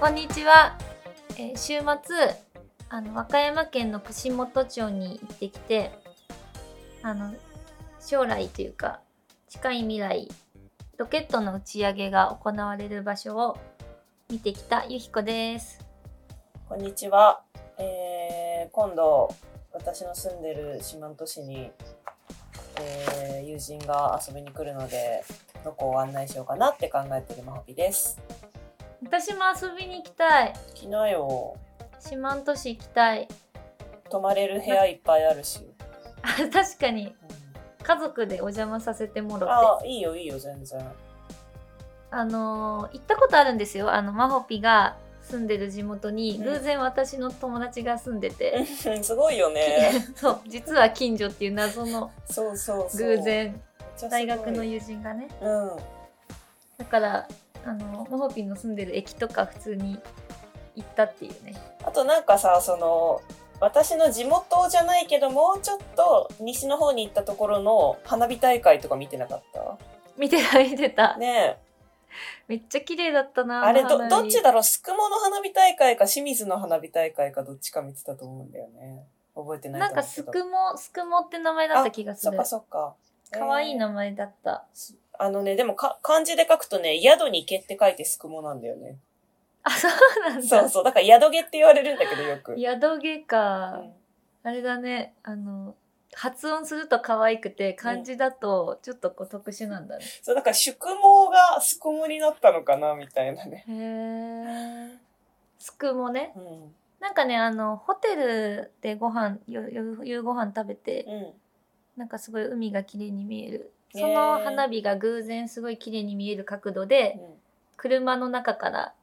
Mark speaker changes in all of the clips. Speaker 1: こんにちは。えー週末あの和歌山県の串本町に行ってきて、あの将来というか近い未来ロケットの打ち上げが行われる場所を見てきたゆひこです。
Speaker 2: こんにちは。えー今度、私の住んでる四万十市に、えー友人が遊びに来るので、どこを案内しようかなって考えてるまほぴです。
Speaker 1: 私も遊びに行きたい。
Speaker 2: 昨日よ、
Speaker 1: 四万十市行きたい。
Speaker 2: 泊まれる部屋いっぱいあるし。
Speaker 1: あ確かに
Speaker 2: うん
Speaker 1: 家族でお邪魔させてもろって。
Speaker 2: あ、いいよいいよ、全然。
Speaker 1: あのー行ったことあるんですよあのマホピが住んでる地元に
Speaker 2: うん
Speaker 1: 偶然私の友達が住んでて、
Speaker 2: すごいよ ね。
Speaker 1: そう実は近所っていう謎の
Speaker 2: そうそうそう。
Speaker 1: 偶
Speaker 2: めっ
Speaker 1: 然
Speaker 2: ちゃすごい。
Speaker 1: 大学の友人がね
Speaker 2: うん。
Speaker 1: だからあのマホピの住んでる駅とか普通に行ったっていうね
Speaker 2: あとなんかさその私の地元じゃないけどもうちょっと西の方に行ったところの花火大会とか見てなかった
Speaker 1: 見てた見てた、
Speaker 2: ねえ
Speaker 1: めっちゃ綺麗だったな
Speaker 2: あれ
Speaker 1: の
Speaker 2: ど
Speaker 1: 花火
Speaker 2: どっちだろう宿毛の花火大会か清水の花火大会かどっちか見てたと思うんだよね覚えてない
Speaker 1: なんか
Speaker 2: と
Speaker 1: す
Speaker 2: 思うけど
Speaker 1: くもすくもって名前だった気がす
Speaker 2: そっ
Speaker 1: る
Speaker 2: かそっか
Speaker 1: 可愛い
Speaker 2: な
Speaker 1: 名前だった
Speaker 2: あのねでもか漢字で書くとね宿に行けって書いて宿毛なんだよね
Speaker 1: あそうなんだ
Speaker 2: そうそうだから宿毛って言われるんだけどよく、
Speaker 1: 宿毛
Speaker 2: う
Speaker 1: か、
Speaker 2: ん
Speaker 1: あれだね、あの、発音すると可愛くて、漢字だとちょっとこう特殊なんだね。
Speaker 2: そうだから宿毛が宿毛になったのかなみたいなね
Speaker 1: へえ。すくもね。
Speaker 2: うん
Speaker 1: なんかね、あの、ホテルでご飯、よよ夕ご飯食べて、
Speaker 2: うん
Speaker 1: なんかすごい海が綺麗に見える。
Speaker 2: へー
Speaker 1: その花火が偶然すごい綺麗に見える角度で、車の中から、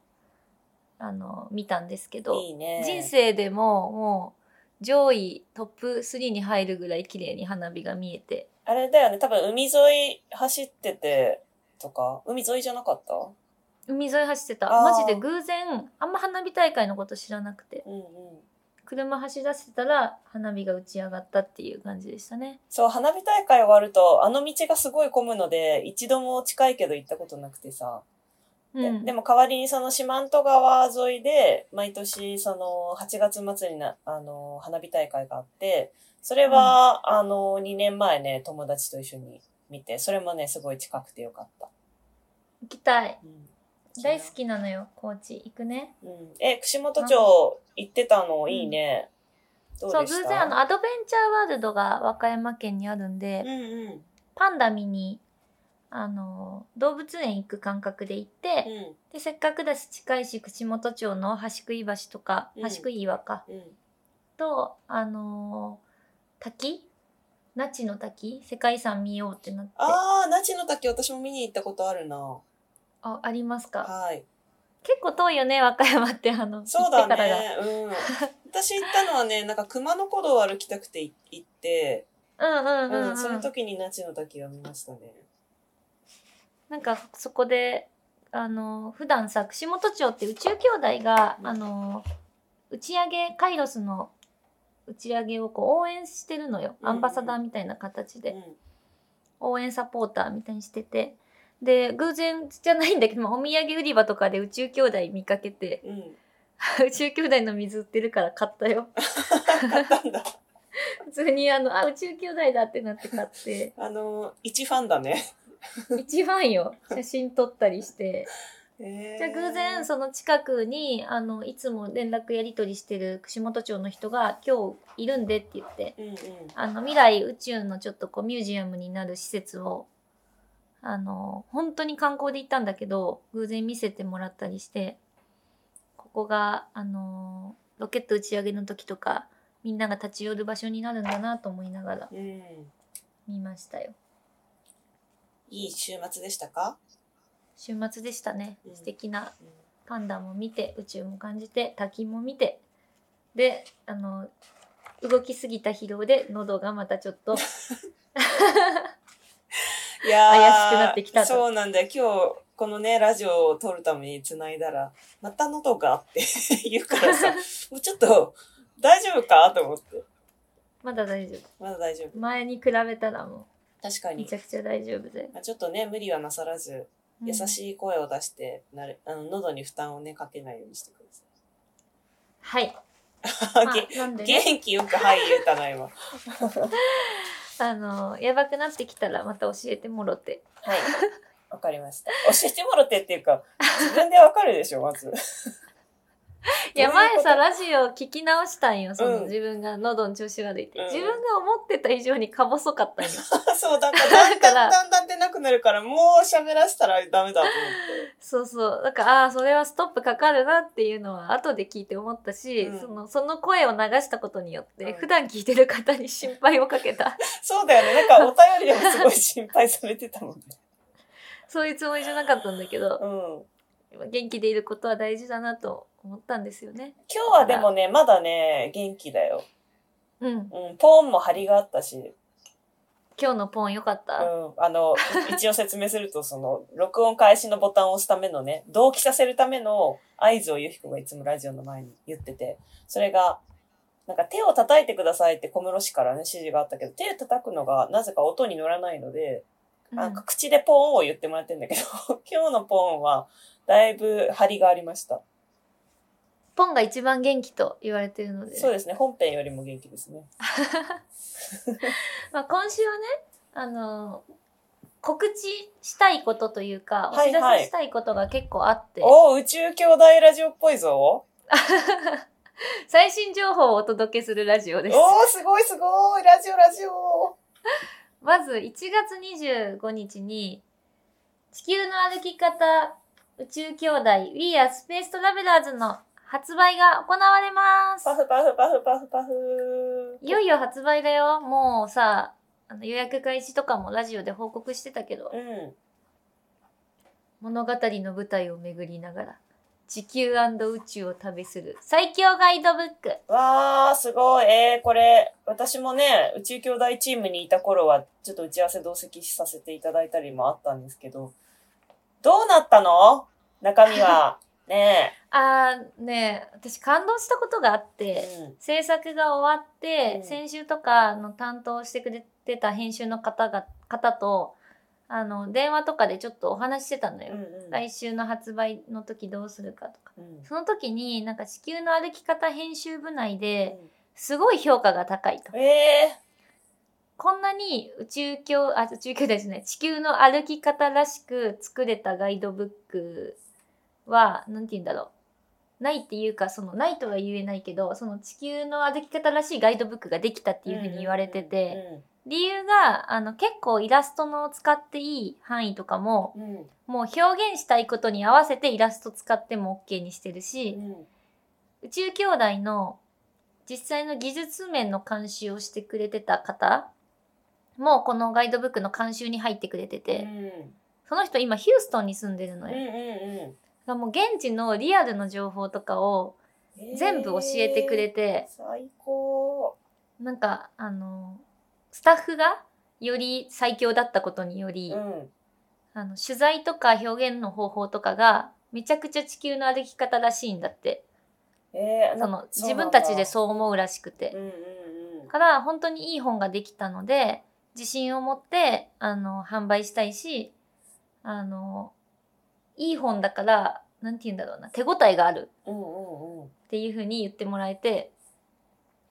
Speaker 1: あの、見たんですけど、
Speaker 2: いいね。
Speaker 1: 人生でももう上位トップ3に入るぐらい綺麗に花火が見えて、
Speaker 2: あれだよね、多分海沿い走っててとか、海沿いじゃなかった
Speaker 1: 海沿い走ってた
Speaker 2: あー
Speaker 1: マジで偶然あんま花火大会のこと知らなくて
Speaker 2: うんうん。
Speaker 1: 車走らせたら花火が打ち上がったっていう感じでしたね
Speaker 2: そう、花火大会終わると、あの道がすごい混むので、一度も近いけど行ったことなくてさ。
Speaker 1: う
Speaker 2: で
Speaker 1: ん
Speaker 2: でも代わりにその四万十川沿いで、毎年その8月末にな、あの、花火大会があって、それは、あの、2年前ね、友達と一緒に見て、それもね、すごい近くてよかった。
Speaker 1: 行きたい
Speaker 2: うん
Speaker 1: 大好きなのよ高知行くね
Speaker 2: うん、え、串本町行ってたのいいね。ど
Speaker 1: そう
Speaker 2: うで
Speaker 1: 偶
Speaker 2: した
Speaker 1: 然あのアドベンチャーワールドが和歌山県にあるんで、
Speaker 2: うんうん。うん。
Speaker 1: パンダ見にあの動物園行く感覚で行って、でせっかくだし近いし口元町の橋食い橋とか
Speaker 2: うん
Speaker 1: 橋食い岩か、
Speaker 2: うん。
Speaker 1: とあのー滝那智の滝世界遺産見ようってなってあ
Speaker 2: ああ、那智の滝私も見に行ったことあるな。
Speaker 1: ありますか
Speaker 2: はい。
Speaker 1: 結構遠いよね和歌山ってあの
Speaker 2: そうだ
Speaker 1: 行ってからが
Speaker 2: ね。うん。私行ったのはね、 なんか熊野古道を歩きたくてい行って、
Speaker 1: うんうんうん、う
Speaker 2: うんん、その時に那智の滝を見ましたね。
Speaker 1: なんかそこであのー普段さ串本町って宇宙兄弟があのー打ち上げカイロスの打ち上げをこう応援してるのよアンバサダーみたいな形で、
Speaker 2: う
Speaker 1: 応援サポーターみたいにしててで偶然じゃないんだけどまあお土産売り場とかで宇宙兄弟見かけて
Speaker 2: ん。うん。
Speaker 1: 宇宙兄弟の水売ってるから買ったよ
Speaker 2: 買ったんだ。
Speaker 1: 普通にあのあ宇宙兄弟だってなって買って
Speaker 2: あの、一ファンだね。
Speaker 1: 一番よ写真撮ったりして
Speaker 2: え
Speaker 1: じゃあ偶然その近くにあのいつも連絡やり取りしてる串本町の人が今日いるんでって言って
Speaker 2: うんうん。
Speaker 1: あの未来宇宙のちょっとこうミュージアムになる施設をあの本当に観光で行ったんだけど偶然見せてもらったりしてここがあのロケット打ち上げの時とかみんなが立ち寄る場所になるんだなと思いながら
Speaker 2: うん。
Speaker 1: 見ましたよ
Speaker 2: いい週末でしたか、
Speaker 1: 週末でしたね
Speaker 2: うん
Speaker 1: 素敵な
Speaker 2: うん、
Speaker 1: パンダも見て宇宙も感じて滝も見てであの動きすぎた疲労で喉がまたちょっと
Speaker 2: いやー
Speaker 1: 怪しくなってきたと
Speaker 2: そうなんだよ。今日、このね、ラジオを撮るために繋いだら、また喉がって 言うから さ、もうちょっと、大丈夫かと思って。
Speaker 1: まだ大丈
Speaker 2: まだ大丈夫。
Speaker 1: 夫前に比べたらもう
Speaker 2: 確か
Speaker 1: め
Speaker 2: に
Speaker 1: ち。ゃくちゃ大丈夫で。
Speaker 2: まあ、ちょっとね、無理はなさらず、
Speaker 1: うん
Speaker 2: 優しい声を出してなる、あの喉に負担をねかけないようにしてく
Speaker 1: はい。
Speaker 2: ださ
Speaker 1: ま
Speaker 2: い。げ
Speaker 1: あ、なんでね、
Speaker 2: 元気よく「はい」言えたな今。
Speaker 1: あの、やばくなってきたらまた教えてもろて。
Speaker 2: はい。わかりました。教えてもろてっていうか、自分でわかるでしょ、まず。
Speaker 1: いや、
Speaker 2: どういう
Speaker 1: 前
Speaker 2: こと
Speaker 1: さ、ラジオ聞き直したんよ。その、
Speaker 2: うん
Speaker 1: 自分が喉の調子悪いって。
Speaker 2: うん
Speaker 1: 自分が思ってた以上にか細かったんよ。
Speaker 2: そう、だから、だんだん
Speaker 1: だから
Speaker 2: だんだんってなくなるから、もう喋らせたらダメだと思っ
Speaker 1: そうそう。だから、ああー、それはストップかかるなっていうのは後で聞いて思ったし、
Speaker 2: うん
Speaker 1: その、その声を流したことによって、
Speaker 2: うん
Speaker 1: 普段聞いてる方に心配をかけた。
Speaker 2: て。そうだよね。なんか、お便りでもすごい心配されてたもんね。
Speaker 1: そういうつもりじゃなかったんだけど、
Speaker 2: うん。
Speaker 1: 元気でいることは大事だなと思ったんですよね。
Speaker 2: 今日はでもね、まだね、元気だよ。
Speaker 1: うん。
Speaker 2: うん。ポーンも張りがあったし、うん。
Speaker 1: 今日のポン良かった、
Speaker 2: あの、 一応説明すると、その、録音開始のボタンを押すためのね、同期させるための合図をゆひこがいつもラジオの前に言ってて、それが、なんか手を叩いてくださいって小室氏からね、指示があったけど、手を叩くのがなぜか音に乗らないので、
Speaker 1: うん
Speaker 2: なんか口でポーンを言ってもらってるんだけど、 今日のポーンはだいぶ張りがありました。
Speaker 1: ポンが一番元気と言われてるので、
Speaker 2: そうですね、本編よりも元気ですね。
Speaker 1: まあ、今週はね、あのー告知したいことというか、お
Speaker 2: はい
Speaker 1: 知
Speaker 2: は
Speaker 1: ら
Speaker 2: い
Speaker 1: せしたいことが結構あって、
Speaker 2: おお、宇宙兄弟ラジオっぽいぞ。
Speaker 1: 最新情報をお届けするラジオ
Speaker 2: お
Speaker 1: です。
Speaker 2: お、すごいすごい、ラジオラジオ。
Speaker 1: まず1月25日に、地球の歩き方宇宙兄弟 We are Space Travelers の発売が行われます
Speaker 2: パ。フパフパフパフパフ。
Speaker 1: いよいよ発売だよ。もうさ、あの予約開始とかもラジオで報告してたけど
Speaker 2: う、ん。
Speaker 1: 物語の舞台を巡りながら、地球宇宙を旅する最強ガイドブック。
Speaker 2: わー、すごい。えー、これ、私もね、宇宙兄弟チームにいた頃は、ちょっと打ち合わせ同席させていただいたりもあったんですけど、どうなったの中身 は。ね
Speaker 1: あーねえ、私感動したことがあっ
Speaker 2: え。
Speaker 1: て、
Speaker 2: うん
Speaker 1: 制作が終わって、
Speaker 2: うん
Speaker 1: 先週とかの担当してくれてた編集の方が、方と、あの、電話とかでちょっとお話ししてたのよ。
Speaker 2: うんうん
Speaker 1: 来週の発売の時どうするかとか。
Speaker 2: うん
Speaker 1: その時になんか地球の歩き方編集部内で、
Speaker 2: う
Speaker 1: すごい評価が高いと
Speaker 2: ん。。え
Speaker 1: こんなに宇宙教、あ、宇宙教ですね、地球の歩き方らしく作れたガイドブックは、なんて言うんだろう。ないっていうか、その、ないとは言えないけど、その地球の歩き方らしいガイドブックができたって
Speaker 2: ー、
Speaker 1: いうふうに言われてて、
Speaker 2: て。
Speaker 1: 理由が、あの、結構イラストの使っていい範囲とかも、
Speaker 2: うん。うん
Speaker 1: もう表現したいことに合わせてイラスト使っても OK にしてるし、
Speaker 2: うん
Speaker 1: 宇宙兄弟の実際の技術面の監修をしてくれてた方もこのガイドブックの監修に入ってくれてて、
Speaker 2: うん
Speaker 1: その人今ヒューストンに住んでる
Speaker 2: う
Speaker 1: の
Speaker 2: ん
Speaker 1: よ。
Speaker 2: うん
Speaker 1: だからもう現地のリアルの情報とかを
Speaker 2: うん
Speaker 1: 全部教えてくれて、
Speaker 2: 最高
Speaker 1: なんかあのスタッフがより最強だったことにより、
Speaker 2: うん
Speaker 1: あの取材とか表現の方法とかがめちゃくちゃ地球の歩き方らしいんだって
Speaker 2: えー、
Speaker 1: そ
Speaker 2: な
Speaker 1: の自分たちで
Speaker 2: う
Speaker 1: そう思うらしくて。
Speaker 2: なんだ
Speaker 1: から本当にいい本ができたので自信を持ってあの販売したいしあのいい本だからなんて言うんだろうな手応えがある
Speaker 2: うんうんうんうんうん
Speaker 1: っていう風に言ってもらえて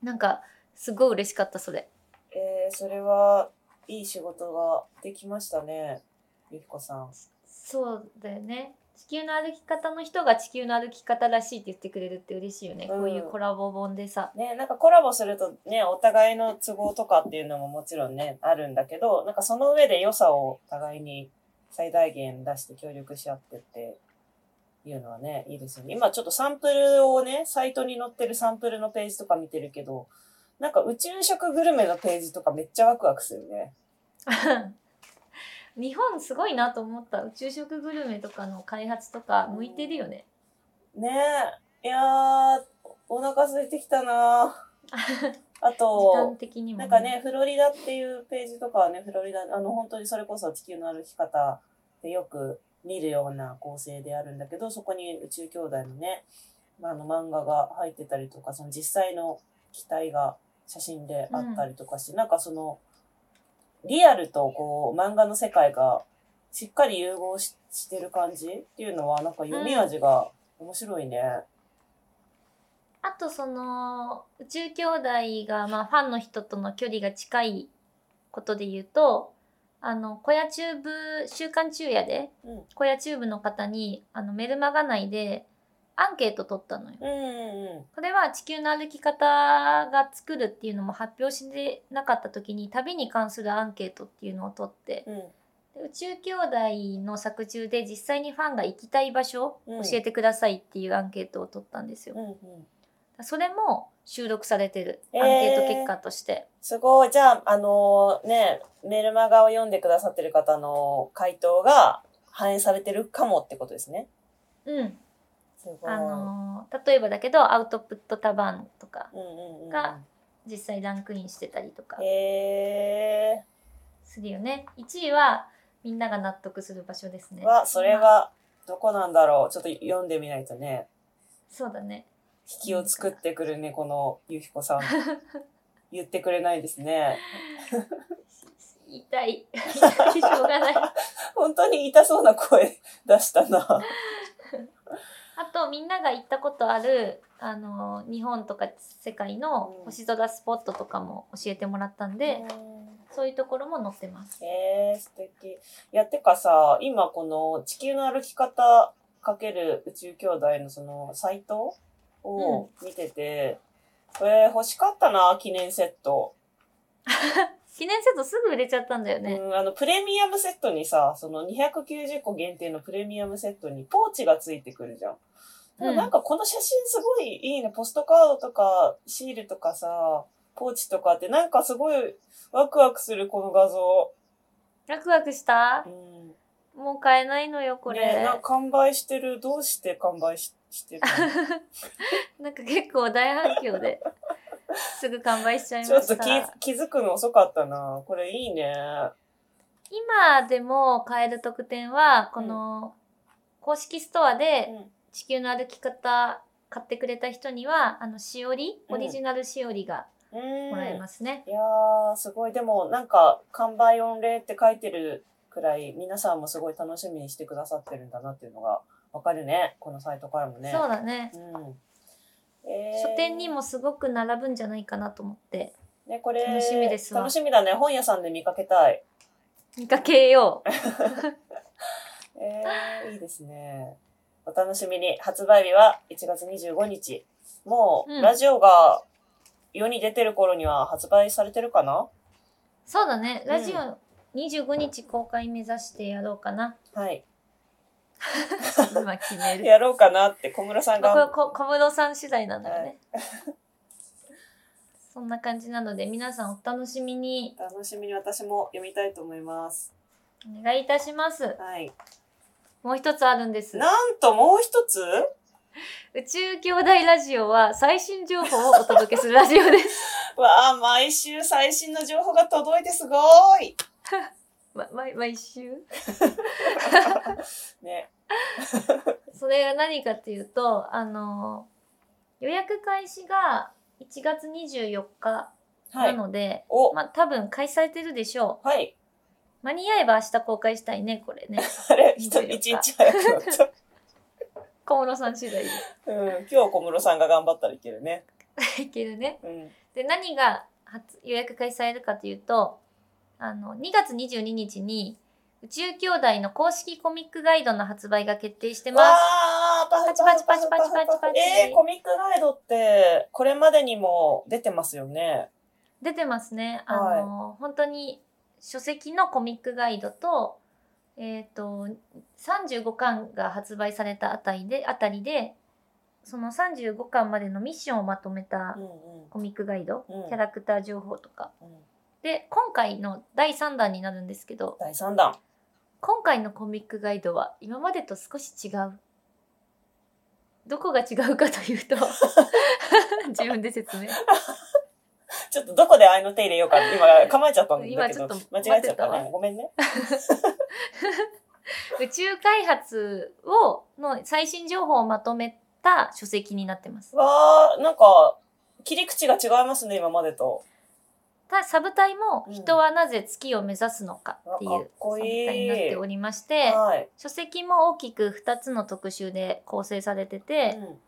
Speaker 1: なんかすごい嬉しかったそれ
Speaker 2: えー、それはいい仕事ができましたねゆきこさん
Speaker 1: そうだよね地球の歩き方の人が地球の歩き方らしいって言ってくれるって嬉しいよね、
Speaker 2: うん
Speaker 1: こういうコラボ本でさ
Speaker 2: ねなんかコラボするとねお互いの都合とかっていうのももちろんねあるんだけどなんかその上で良さを互いに最大限出して協力し合ってっていうのはねいいですよね今ちょっとサンプルをねサイトに載ってるサンプルのページとか見てるけどなんか宇宙食グルメのページとかめっちゃワクワクするね
Speaker 1: 日本すごいなと思った宇宙食グルメとかの開発とか向いてるよね、
Speaker 2: ねえいやーお腹空いてきた なあと
Speaker 1: 時間的にも、
Speaker 2: なんかね、フロリダっていうページとかはね、フロリダ、あの、本当にそれこそ地球の歩き方でよく見るような構成であるんだけど、そこに宇宙兄弟のね、まあ、あの漫画が入ってたりとか、その実際の機体が写真であったりとかして、なんかその、リアルとこう、漫画の世界がしっかり融合ししてる感じっていうのは、なんか読み味が面白いね。
Speaker 1: あとその宇宙兄弟がまあファンの人との距離が近いことで言うとあの小屋チューブ週刊中夜で
Speaker 2: うん。
Speaker 1: 小屋チューブの方にあのメルマガ内でアンケート取ったのよ。
Speaker 2: うんうんうん。
Speaker 1: これは地球の歩き方が作るっていうのも発表してなかった時に旅に関するアンケートっていうのを取って
Speaker 2: うん。
Speaker 1: で宇宙兄弟の作中で実際にファンが行きたい場所
Speaker 2: うん
Speaker 1: 教えてくださいっていうアンケートを取ったんですよ。
Speaker 2: うんうん。
Speaker 1: それも収録されてる
Speaker 2: え
Speaker 1: ア
Speaker 2: ー
Speaker 1: ンケート結果として、
Speaker 2: すごい。じゃあ、あのね、メルマガを読んでくださってる方の回答が反映されてるかもってことですね。
Speaker 1: うん
Speaker 2: すごい。
Speaker 1: あのー例えばだけどアウトプットタバンとか
Speaker 2: うんうんうんうん。
Speaker 1: が実際ランクインしてたりとか
Speaker 2: へ
Speaker 1: するよね1位はみんなが納得する場所です
Speaker 2: え
Speaker 1: ね
Speaker 2: ー。わ、それはどこなんだろう。ちょっと読んでみないとね。
Speaker 1: そうだね
Speaker 2: 引きを作ってくるね、このゆひ こさん。言ってくれないですね。
Speaker 1: 言いたい 言いたいしょうがないあ
Speaker 2: 本当に痛そうな声出したな。
Speaker 1: とみんなが行ったことあるあのー日本とか世界の
Speaker 2: うん
Speaker 1: 星空スポットとかも教えてもらったんで、そういうところも載ってます
Speaker 2: えー、素敵。いや、てかさ、今この地球の歩き方かける宇宙兄弟のそのサイトを見てて、これ欲しかったな、記念セット。
Speaker 1: 記念セットすぐ売れちゃったんだよね、
Speaker 2: うん、あの、プレミアムセットにさ、その290個限定のプレミアムセットにポーチがついてくるじゃん。でもなんかこの写真すごいいいね。ポストカードとかシールとかさ、ポーチとかってなんかすごいワクワクするこの画像。
Speaker 1: ワクワクした
Speaker 2: うん、
Speaker 1: もう買えないのよこれ、
Speaker 2: ねえなん
Speaker 1: な
Speaker 2: か完売してる。どうして完売ししてる
Speaker 1: んか結構大反響で すぐ完売しちゃい
Speaker 2: の
Speaker 1: ま
Speaker 2: ちょっ
Speaker 1: し
Speaker 2: と
Speaker 1: た
Speaker 2: 気気づくの遅かったな。これいいね。
Speaker 1: 今でも買える特典はこの公式ストアで「地球の歩き方」買ってくれた人にはあのしおり
Speaker 2: うん
Speaker 1: オリジナルしおりが
Speaker 2: うん。
Speaker 1: もらえますね、
Speaker 2: いやー、すごい。でも、なんか、完売御礼って書いてるくらい、皆さんもすごい楽しみにしてくださってるんだなっていうのがわかるね。このサイトからもね。
Speaker 1: そうだね、
Speaker 2: うん。えー
Speaker 1: 書店に。もすごく並ぶんじゃないかなと思って
Speaker 2: ね、これ。
Speaker 1: 楽しみですわ
Speaker 2: 楽しみだね。本屋さんで見かけたい。
Speaker 1: 見かけよ う
Speaker 2: えー、いいですね。お楽しみに。発売日は1月25日。もう、
Speaker 1: うん
Speaker 2: ラジオが世に出てる頃には発売されてるかな
Speaker 1: そうだね
Speaker 2: うん
Speaker 1: ラジオ25日公開目指してやろうか な
Speaker 2: はい。
Speaker 1: 今決める
Speaker 2: やろうかなって小室さん
Speaker 1: まあ、これ
Speaker 2: が
Speaker 1: は。こ小室さん次第なんだよね。そんな感じなので皆さんお楽しみに
Speaker 2: 楽しみに私も読みたいと思います。
Speaker 1: お願いいたします。
Speaker 2: はい。
Speaker 1: もう一つあるんです。
Speaker 2: なんともう一つ
Speaker 1: 宇宙兄弟ラジオは最新情報をお届けするラジオです。
Speaker 2: わあ、毎週最新の情報が届いてすごい
Speaker 1: ま、毎毎週
Speaker 2: ね。
Speaker 1: それが何かっていうと、あの、予約開始が1月24日
Speaker 2: は。
Speaker 1: ないので、
Speaker 2: お、
Speaker 1: まあ多分開催されてるでしょ
Speaker 2: はい。
Speaker 1: う。間に合えば明日公開したいね、これね。
Speaker 2: あれ、一
Speaker 1: 24日
Speaker 2: 一日早くなった。
Speaker 1: 小室さん次第 で
Speaker 2: うん。今日小室さんが頑張ったらいけるね。
Speaker 1: す。いけるね。
Speaker 2: うん。
Speaker 1: で何が初予約開始されるかというとあの2月22日に宇宙兄弟の公式コミックガイドの発売が決定して
Speaker 2: わ
Speaker 1: ます。
Speaker 2: あ、パフパフパフパフ
Speaker 1: パチパチパチパチパチ
Speaker 2: パフえー、コミックガイドって、これまでにも出てますよね。
Speaker 1: 出てますね。あ
Speaker 2: はい
Speaker 1: の、本当に書籍のコミックガイドと、えっ、と、35巻が発売されたあたりで、あたりで、その35巻までのミッションをまとめた
Speaker 2: うんうん
Speaker 1: コミックガイド、
Speaker 2: う
Speaker 1: キ
Speaker 2: ん
Speaker 1: ャラクター情報とか。
Speaker 2: うん。
Speaker 1: で、今回の第3弾になるんですけど、
Speaker 2: 第3弾。
Speaker 1: 今回のコミックガイドは今までと少し違うどこが違うかという と自分で説明
Speaker 2: ちょっとどこで合いの手入れようか、今構えちゃったんだけど、
Speaker 1: 今ちょっと
Speaker 2: 間違えちゃ
Speaker 1: 待って
Speaker 2: った
Speaker 1: た
Speaker 2: ね
Speaker 1: わ。
Speaker 2: ごめんね。
Speaker 1: 宇宙開発をの最新情報をまとめた書籍になってます
Speaker 2: わあ、なんか、切り口が違いますね、今までと。
Speaker 1: たサブ隊も「
Speaker 2: うん
Speaker 1: 人はなぜ月を目指すのか」っていうサ
Speaker 2: あかっ
Speaker 1: ブ
Speaker 2: こいい
Speaker 1: 隊になっておりまして
Speaker 2: はい。
Speaker 1: 書籍も大きく2つの特集で構成されてて、
Speaker 2: うん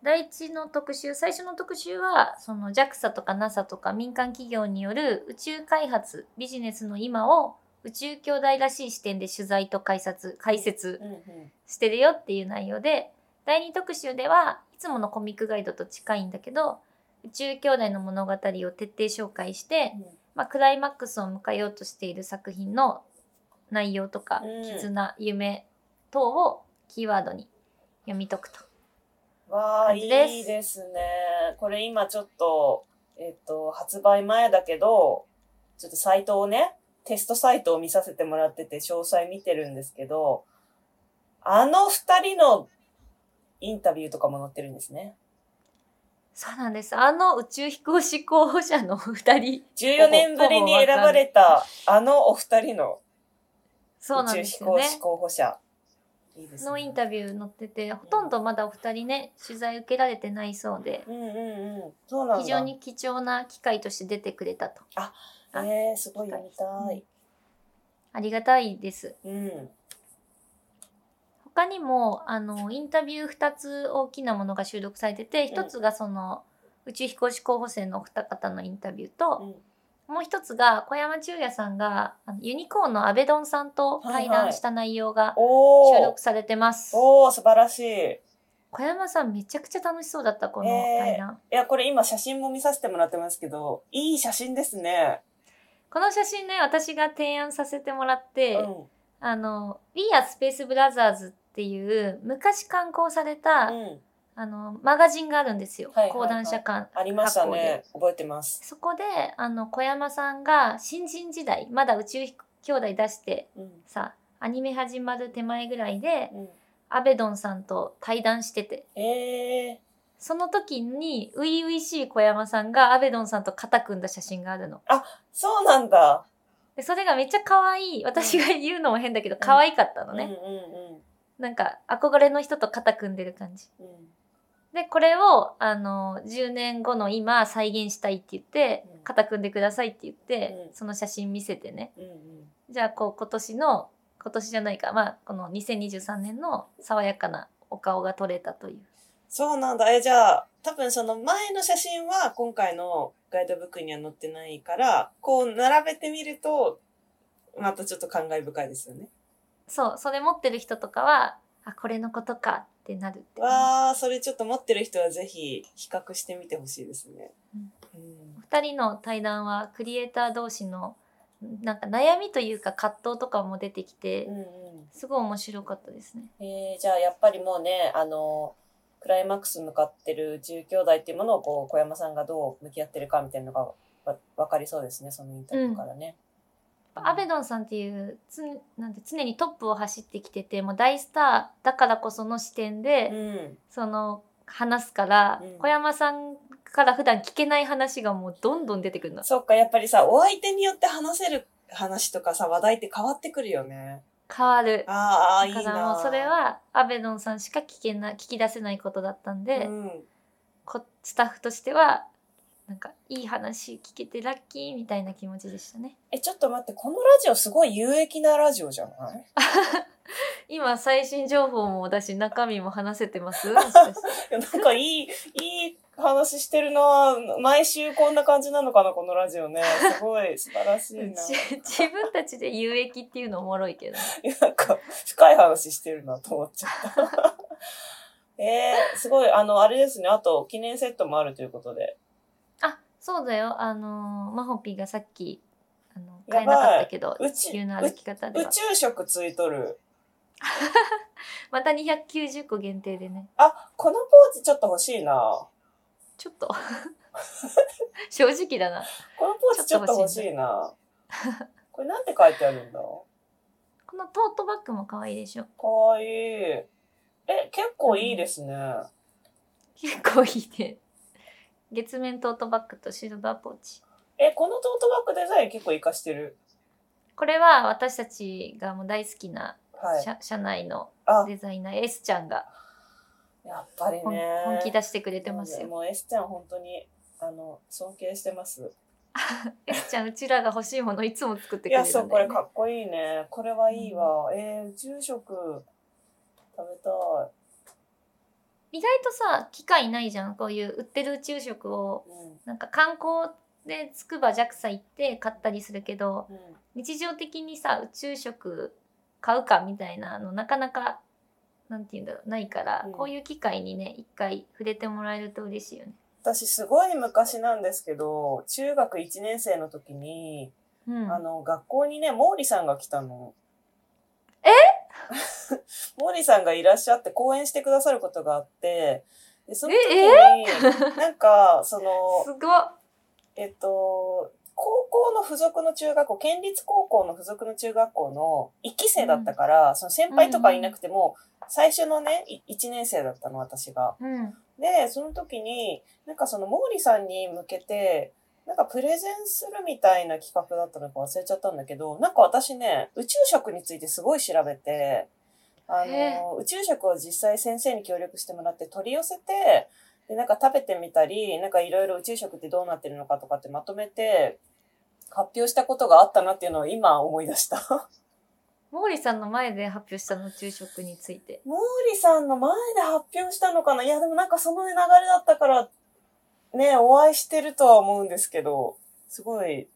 Speaker 1: 第一の特集最初の特集はその JAXA とか NASA とか民間企業による宇宙開発ビジネスの今を宇宙兄弟らしい視点で取材と解説解説
Speaker 2: うんうん
Speaker 1: してるよっていう内容で第二特集ではいつものコミックガイドと近いんだけど宇宙兄弟の物語を徹底紹介して、まあ、クライマックスを迎えようとしている作品の内容とか、
Speaker 2: うん
Speaker 1: 絆夢等をキーワードに読み解くと。
Speaker 2: わあ、
Speaker 1: 感
Speaker 2: い
Speaker 1: じです
Speaker 2: いですね。これ今ちょっと、えっと、発売前だけど、ちょっとサイトをね、テストサイトを見させてもらってて、詳細見てるんですけど、あの二人のインタビューとかも載ってるんですね。
Speaker 1: そうなんです。あの宇宙飛行士候補者のお二人。
Speaker 2: 14年ぶりに選ばれた、あのお二人の
Speaker 1: そうなんで
Speaker 2: 宇宙
Speaker 1: す
Speaker 2: 飛
Speaker 1: よ
Speaker 2: 行
Speaker 1: ね。
Speaker 2: 士候補者。いいですね。
Speaker 1: のインタビュー載ってて、ほとんどまだお二人ね、取材受けられてないそうで、
Speaker 2: うんうんうん。そうなんだ。
Speaker 1: 非常に貴重な機会として出てくれたと。あ
Speaker 2: えー、すごい読みたい。
Speaker 1: ありがたいです。
Speaker 2: うん。
Speaker 1: 他にも、あの、インタビュー2つ大きなものが収録されてて、1つがその、宇宙飛行士候補生のお二方のインタビュー
Speaker 2: う
Speaker 1: と、
Speaker 2: ん
Speaker 1: もう一つが小山中也さんがあのユニコーンのアベドンさんと対談した内容が
Speaker 2: お
Speaker 1: 収
Speaker 2: ー
Speaker 1: 録されてます。
Speaker 2: おー、素晴らしい。
Speaker 1: 小山さんめちゃくちゃ楽しそうだったこの
Speaker 2: えー
Speaker 1: 対談、
Speaker 2: いや、これ今写真も見させてもらってますけど、いい写真ですね。
Speaker 1: この写真ね私が提案させてもらって、
Speaker 2: うん。
Speaker 1: あの「We are Space Brothers」っていう昔刊行された、
Speaker 2: うん。
Speaker 1: あのマガジンがあるんですよ、
Speaker 2: はいはいは
Speaker 1: 講
Speaker 2: い
Speaker 1: 談社館
Speaker 2: ありましたね。覚えてます。
Speaker 1: そこであの小山さんが新人時代まだ宇宙兄弟出して
Speaker 2: うん。
Speaker 1: さアニメ始まる手前ぐらいで
Speaker 2: うん、
Speaker 1: アベドンさんと対談してて
Speaker 2: ええ
Speaker 1: その時に初々しい小山さんがアベドンさんと肩組んだ写真があるの。
Speaker 2: そうなんだ。
Speaker 1: でそれがめっちゃ可愛い私が言うのも変だけど可愛かったの
Speaker 2: うん
Speaker 1: ね、
Speaker 2: うん
Speaker 1: なんか憧れの人と肩組んでる感じ
Speaker 2: うん。うん
Speaker 1: でこれをあの10年後の今再現したいって言って
Speaker 2: うん
Speaker 1: 肩組んでくださいって言って、
Speaker 2: うん
Speaker 1: その写真見せてね
Speaker 2: うんうん。
Speaker 1: じゃあこう今年の今年じゃないかまあこの2023年の爽やかなお顔が撮れたという
Speaker 2: そうなんだ。え、じゃあ、多分その前の写真は今回のガイドブックには載ってないから、こう並べてみると、またちょっと感慨深いですよね。
Speaker 1: そうそれ持ってる人とかはあこれのことかってなるって
Speaker 2: わあ、それちょっと持ってる人はぜひ比較してみてほしいですね。うん
Speaker 1: 2人の対談はクリエイター同士のなんか悩みというか葛藤とかも出てきて、
Speaker 2: うんう
Speaker 1: すごい面白かったですね。
Speaker 2: ん、えーじゃあやっぱりもうねあのクライマックス向かってる宇宙兄弟っていうものをこう小山さんがどう向き合ってるかみたいなのがわ分かりそうですねそのインタビューからね。
Speaker 1: アベドンさんっていうつなんて常にトップを走ってきててもう大スターだからこその視点で、
Speaker 2: うん
Speaker 1: その話すから、
Speaker 2: うん
Speaker 1: 小山さんから普段聞けない話がもうどんどん出てくるの。
Speaker 2: そっかやっぱりさお相手によって話せる話とかさ話題って変わってくるよね。
Speaker 1: 変わる。
Speaker 2: あーあーいい
Speaker 1: だから
Speaker 2: な
Speaker 1: もうそれはアベドンさんしか聞けな聞き出せないことだったんで、
Speaker 2: うん、
Speaker 1: こスタッフとしてはなんかいい話聞けてラッキーみたいな気持ちでしたね
Speaker 2: えちょっと待ってこのラジオすごい有益なラジオじゃない
Speaker 1: 今最新情報もだし中身も話せてますもしかして
Speaker 2: いやなんかいい、いい話してるな毎週こんな感じなのかな、このラジオね。すごい、素晴らしいな。
Speaker 1: うち 自分たちで有益っていうのおもろいけど
Speaker 2: いや なんか、深い話してるなと思っちゃった。 えー、すごい、あの、あれですね。あと、記念セットもあるということで。
Speaker 1: あそうだよあのーマホピーがさっきあの買
Speaker 2: やばい
Speaker 1: えなかったけど
Speaker 2: うち
Speaker 1: 地球の歩き方で
Speaker 2: 宇
Speaker 1: は
Speaker 2: 宙食ついとる。
Speaker 1: また290個限定でね
Speaker 2: あ、このポーチちょっと欲しいな
Speaker 1: ちょっ と正直だな
Speaker 2: このポーチちょっと欲しいなこれなんて書いてあるんだ
Speaker 1: このトートバッグも可愛いでしょ
Speaker 2: かわいい。え、結構いいですね。
Speaker 1: 結構いいね月面トートバッグとシルバーポーチ
Speaker 2: え、このトートバッグデザイン結構活かしてる。
Speaker 1: これは私たちがもう大好きな
Speaker 2: はい。
Speaker 1: 社,、社内の
Speaker 2: あ、
Speaker 1: デザイナー S ちゃんが
Speaker 2: やっぱりね。
Speaker 1: 本本気出してくれてますよ。
Speaker 2: もう S ちゃん本当に、あの、尊敬してます。
Speaker 1: エスちゃん、うちらが欲しいものいつも作って
Speaker 2: い
Speaker 1: くれ
Speaker 2: や、
Speaker 1: るんだ
Speaker 2: そ
Speaker 1: よ、
Speaker 2: う、
Speaker 1: ね。
Speaker 2: これかっこいいね。これはいいわ。えー、宇宙食、食べた
Speaker 1: 意外とさ、機会ないじゃん。こういう売ってる宇宙食を、
Speaker 2: い。うん。
Speaker 1: なんか観光で筑波 JAXA 行って買ったりするけど、
Speaker 2: うん
Speaker 1: 日常的にさ、宇宙食買うかみたいなの、なかなか、なんて言うんだろう、ないから、
Speaker 2: うん
Speaker 1: こういう機会にね、一回触れてもらえると嬉しいよね。
Speaker 2: 私、すごい昔なんですけど、中学1年生の時に、
Speaker 1: うん。
Speaker 2: あの、学校にね、毛利さんが来たの。
Speaker 1: え
Speaker 2: 毛利さんがいらっしゃって講演してくださることがあって、でその時
Speaker 1: え
Speaker 2: に、なんか、その
Speaker 1: す、ごっ
Speaker 2: えっと、高校の附属の中学校、県立高校の附属の中学校の1期生だったから、その先輩とかいなくても、最初のね、1年生だったの、私が。
Speaker 1: うん。
Speaker 2: で、その時に、なんかその毛利さんに向けて、なんかプレゼンするみたいな企画だったのか忘れちゃったんだけど、なんか私ね、宇宙食についてすごい調べて、あ
Speaker 1: へ
Speaker 2: の、宇宙食を実際先生に協力してもらって取り寄せて、で、なんか食べてみたり、なんかいろいろ宇宙食ってどうなってるのかとかってまとめて、発表したことがあったなっていうのを今思い出した。
Speaker 1: 毛利さんの前で発表したの、宇宙食について。
Speaker 2: 毛利さんの前で発表したのかないや、でもなんかその流れだったから、ね、お会いしてるとは思うんですけど、すごい、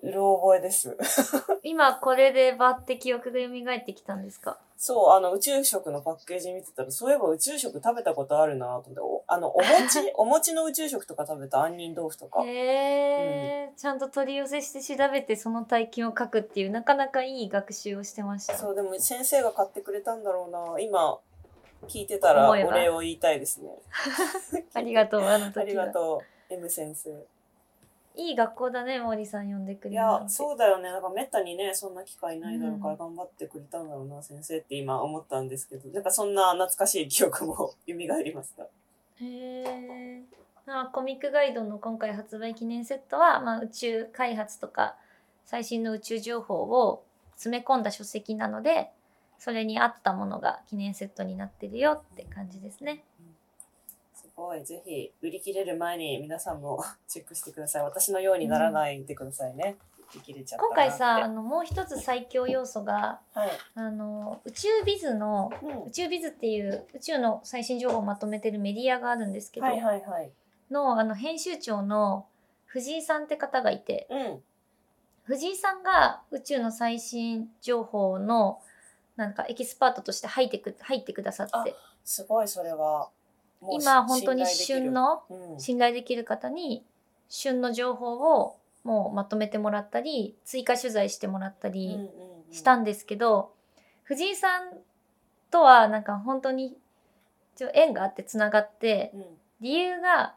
Speaker 2: うろ覚えです。
Speaker 1: 今これでバって記憶が蘇ってきたんですか
Speaker 2: そう、あの、宇宙食のパッケージ見てたら、そういえば宇宙食食べたことあるなと思ってお、あの、お餅、 お餅の宇宙食とか食べた杏仁豆腐と
Speaker 1: へ
Speaker 2: か。
Speaker 1: え、ちゃんと取り寄せして調べてその体験を書くっていうなかなかいい学習をしてました
Speaker 2: そう、でも先生が買ってくれたんだろうな今、聞いてたらお
Speaker 1: 思えば
Speaker 2: 礼を言いたいですね。
Speaker 1: ありがとうあの
Speaker 2: あり
Speaker 1: 時
Speaker 2: が
Speaker 1: は
Speaker 2: とう、M 先生。
Speaker 1: いい学校だね毛利さん呼んでくれ
Speaker 2: い
Speaker 1: る
Speaker 2: や
Speaker 1: な、んて
Speaker 2: そうだよね。なんかめったにね、そんな機会ないだろう
Speaker 1: う
Speaker 2: から
Speaker 1: ん
Speaker 2: 頑張ってくれたんだろうな、先生って今思ったんですけど、なんかそんな懐かしい記憶も 蘇りました。
Speaker 1: へえあコミックガイドの今回発売記念セットは、まあ、宇宙開発とか最新の宇宙情報を詰め込んだ書籍なのでそれに合ったものが記念セットになってるよって感じですね
Speaker 2: すごい。ぜひ、売り切れる前に皆さんも チェックしてください。私のようにならないでくださいね。売り切れちゃった
Speaker 1: 今
Speaker 2: なって
Speaker 1: 回さあ、のもう一つ最強要素が
Speaker 2: はい。
Speaker 1: あの宇宙ビズの
Speaker 2: うん。
Speaker 1: 宇宙ビズっていう宇宙の最新情報をまとめてるメディアがあるんですけど、
Speaker 2: はいはいはい。
Speaker 1: のあの編集長の藤井さんって方がいて
Speaker 2: うん。
Speaker 1: 藤井さんが宇宙の最新情報のなんかエキスパートとして入ってく入ってくださって
Speaker 2: すごい、それは。もう
Speaker 1: 今本当に
Speaker 2: 信
Speaker 1: 旬
Speaker 2: 頼で
Speaker 1: の
Speaker 2: きるうん。
Speaker 1: 信頼できる方に旬の情報をもうまとめてもらったり追加取材してもらったり。
Speaker 2: うんうんうん
Speaker 1: したんですけど、藤井さんとはなんか本当に一応縁があってつながって
Speaker 2: うん。
Speaker 1: 理由が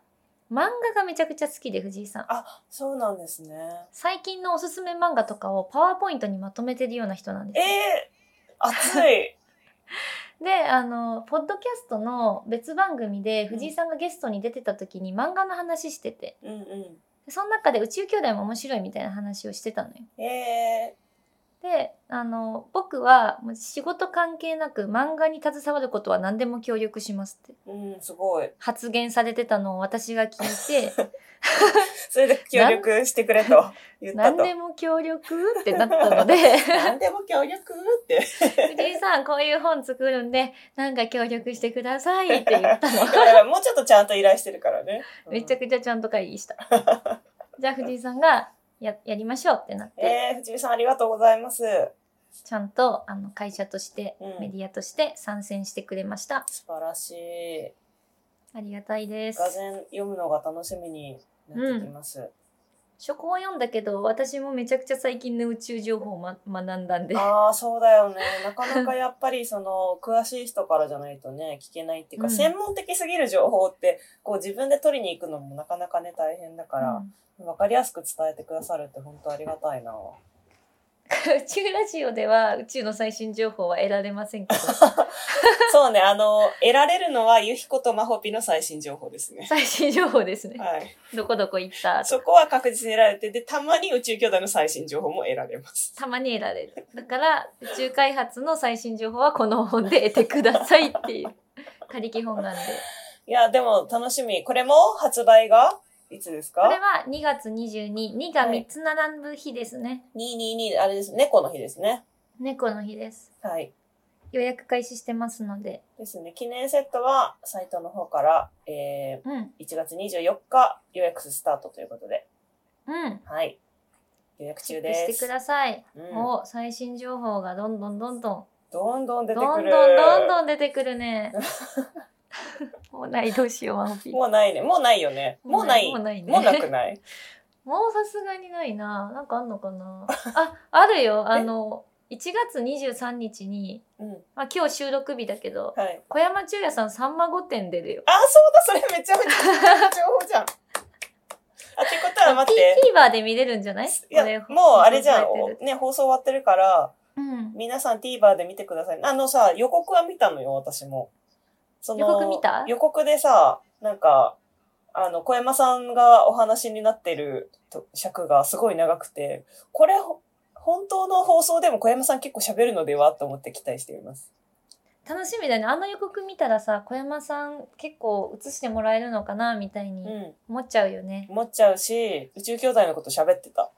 Speaker 1: 漫画がめちゃくちゃ好きで藤井さん
Speaker 2: あ、そうなんですね。
Speaker 1: 最近のおすすめ漫画とかをパワーポイントにまとめてるような人なんで
Speaker 2: え
Speaker 1: すよ
Speaker 2: えー、熱い。
Speaker 1: であのポッドキャストの別番組で藤井さんがゲストに出てた時に漫画の話してて
Speaker 2: うんうん。
Speaker 1: その中で宇宙兄弟も面白いみたいな話をしてたのよ
Speaker 2: ええー。
Speaker 1: であの僕はもう仕事関係なく漫画に携わることは何でも協力しますって
Speaker 2: うん、すごい。
Speaker 1: 発言されてたのを私が聞いて
Speaker 2: それで協力してくれと言った
Speaker 1: 何
Speaker 2: と。
Speaker 1: でも協力ってなったので
Speaker 2: 何でも協力って。
Speaker 1: 藤井さんこういう本作るんでなんか協力してくださいって言った の
Speaker 2: だからもうちょっとちゃんと依頼してるからね。うん
Speaker 1: めちゃくちゃちゃんと会議 したじゃあ藤井さんがややりましょうってなって、
Speaker 2: えー、藤井さんありがとうございます。
Speaker 1: ちゃんとあの会社として、
Speaker 2: うん
Speaker 1: メディアとして参戦してくれました
Speaker 2: 素晴らしい。
Speaker 1: ありがたいです
Speaker 2: 画前読むのが楽しみになってきます。
Speaker 1: 初稿は読んだけど私もめちゃくちゃ最近の宇宙情報を、ま、学んだんで
Speaker 2: ああ、そうだよね。なかなかやっぱりその、詳しい人からじゃないとね、 聞けないっていうか、
Speaker 1: うん
Speaker 2: 専門的すぎる情報って、こう自分で取りに行くのもなかなかね、大変だから、わ、かりやすく伝えてくださるって本当ありがたいな。
Speaker 1: 宇宙ラジオでは宇宙の最新情報は得られませんけど
Speaker 2: そうね、あの、得られるのは、ゆひことまほぴの最新情報です ね。
Speaker 1: 最新情報ですね
Speaker 2: はい。
Speaker 1: どこどこ行った
Speaker 2: そこは確実に得られて、で、たまに宇宙兄弟の最新情報も得られます。
Speaker 1: たまに得られるだから宇宙開発の最新情報はこの本で得てください っていう他力本願で
Speaker 2: いや、でも楽しみ。これも発売がいつです
Speaker 1: これ
Speaker 2: か
Speaker 1: は2月22、2が3つ並ぶ日ですね。
Speaker 2: ?222、あれです。猫の日ですね。
Speaker 1: 猫の日です。
Speaker 2: はい。
Speaker 1: 予約開始してますので。
Speaker 2: ですね。記念セットは、サイトの方から、え
Speaker 1: うん、
Speaker 2: ー、1月24日予約スタートということで。
Speaker 1: うん。
Speaker 2: はい。予約
Speaker 1: チェ
Speaker 2: 中
Speaker 1: ック
Speaker 2: で
Speaker 1: して
Speaker 2: す
Speaker 1: く。ださい。
Speaker 2: うん、
Speaker 1: お、最新情報がどんどんどんどん、
Speaker 2: どんどん出てくる。
Speaker 1: どんどんどんどん出てくる ね。もうない、どうしよう、ワンピ
Speaker 2: もうないね。もうないよね。もうない。
Speaker 1: もう
Speaker 2: も
Speaker 1: ないね。
Speaker 2: うなくない
Speaker 1: もうさすがにないな。なんかあんのかな。あ、あるよ。あの、1月23日に、
Speaker 2: うん。
Speaker 1: まあ今日収録日だけど、
Speaker 2: はい。
Speaker 1: 小山中也さん、さんま御殿出るよ。
Speaker 2: あ、そうだ、それめちゃめちゃ情報じゃん。あ、ってことは待って。
Speaker 1: TVer で見れるんじゃない
Speaker 2: いや
Speaker 1: これ、
Speaker 2: もうあれじゃん
Speaker 1: 放送され。てる
Speaker 2: ね、放送終わってるから、
Speaker 1: うん。
Speaker 2: 皆さん TVer で見てください。あのさ、予告は見たのよ、私も。その
Speaker 1: 予告見た
Speaker 2: 予告でさ、なんか、あの、小山さんがお話になってると尺がすごい長くて、これ、ほ本当の放送でも小山さん結構喋るのではと思って期待しています。
Speaker 1: 楽しみだね。あの予告見たらさ、小山さん結構映してもらえるのかな、みたいうに
Speaker 2: ん。
Speaker 1: 思っちゃうよね。
Speaker 2: 思っちゃうし、宇宙兄弟のこと喋ってた。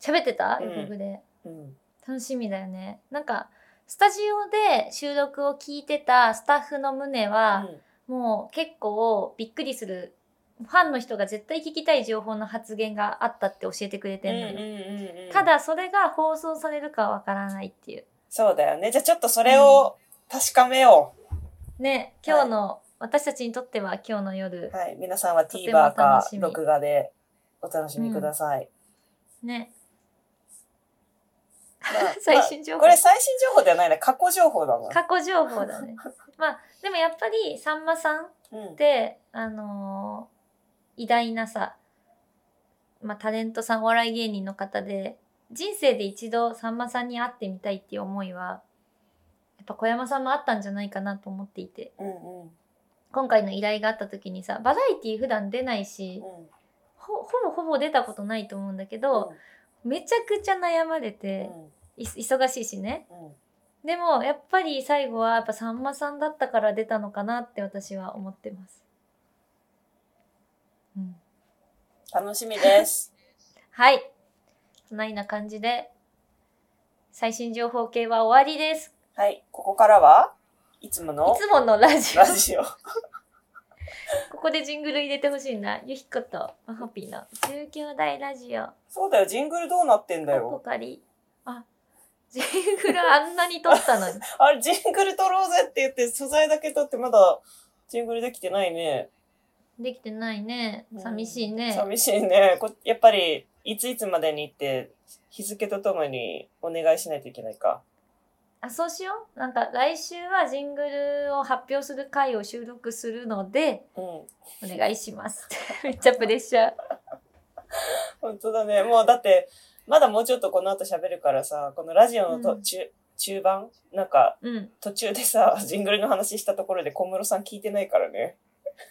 Speaker 1: 喋ってた
Speaker 2: うん
Speaker 1: 予告で。
Speaker 2: うん。
Speaker 1: 楽しみだよね。なんか、スタジオで収録を聞いてたスタッフの胸は、
Speaker 2: うん
Speaker 1: もう結構びっくりするファンの人が絶対聞きたい情報の発言があったって教えてくれて
Speaker 2: うんん
Speaker 1: のよ、
Speaker 2: うんうんうん
Speaker 1: ただそれが放送されるかはわからないっていう
Speaker 2: そうだよね。じゃあちょっとそれを確かめよ
Speaker 1: ね今日の、私たちにとっては今日の夜
Speaker 2: う。はい。皆さんは
Speaker 1: とて
Speaker 2: TVer
Speaker 1: も楽
Speaker 2: か
Speaker 1: しみ
Speaker 2: 録画でお楽しみください。
Speaker 1: ね
Speaker 2: まあ
Speaker 1: 最新情報
Speaker 2: まあこれ最新情報ではないね。過去情報だもん。
Speaker 1: 過去情報だ ねまあでもやっぱりさんまさんっ
Speaker 2: うん
Speaker 1: てあのー偉大なさまあタレントさんお笑い芸人の方で人生で一度さんまさんに会ってみたいっていう思いはやっぱ小山さんもあったんじゃないかなと思っていて
Speaker 2: うんうん
Speaker 1: 今回の依頼があった時にさバラエティ普段出ないし
Speaker 2: うん
Speaker 1: ほほぼほぼ出たことないと思うんだけど、めちゃくちゃ悩まれ
Speaker 2: うん
Speaker 1: て、い忙しいしね
Speaker 2: うん
Speaker 1: でもやっぱり最後はやっぱさんまさんだったから出たのかなって私は思ってます、うん、
Speaker 2: 楽しみです。
Speaker 1: はいそんなような感じで最新情報系は終わりです
Speaker 2: はい。ここからはいつも
Speaker 1: い
Speaker 2: の
Speaker 1: つものラジオ
Speaker 2: ラジオ。
Speaker 1: ここでジングル入れてほしいなゆひことまほぴの「中京大ラジオ」
Speaker 2: そうだよ。ジングルどうなってんだ
Speaker 1: ポ
Speaker 2: よ。
Speaker 1: ポカリあジングルあんなに撮ったのに
Speaker 2: あれ、ジングル撮ろうぜって言って素材だけ撮ってまだジングルできてないね。
Speaker 1: できてないね寂しいね、
Speaker 2: 寂しいね。こやっぱり、いついつまでにって、日付とともにお願いしないといけないか。
Speaker 1: あそうしようなんか来週はジングルを発表する回を収録するので
Speaker 2: うん。
Speaker 1: お願いします めっちゃプレッシャー
Speaker 2: 本当だね。もうだって、まだもうちょっとこの後喋るからさ、このラジオのと、
Speaker 1: うん
Speaker 2: 中、中盤なんか、
Speaker 1: うん
Speaker 2: 途中でさ、ジングルの話したところで小室さん聞いてないからね。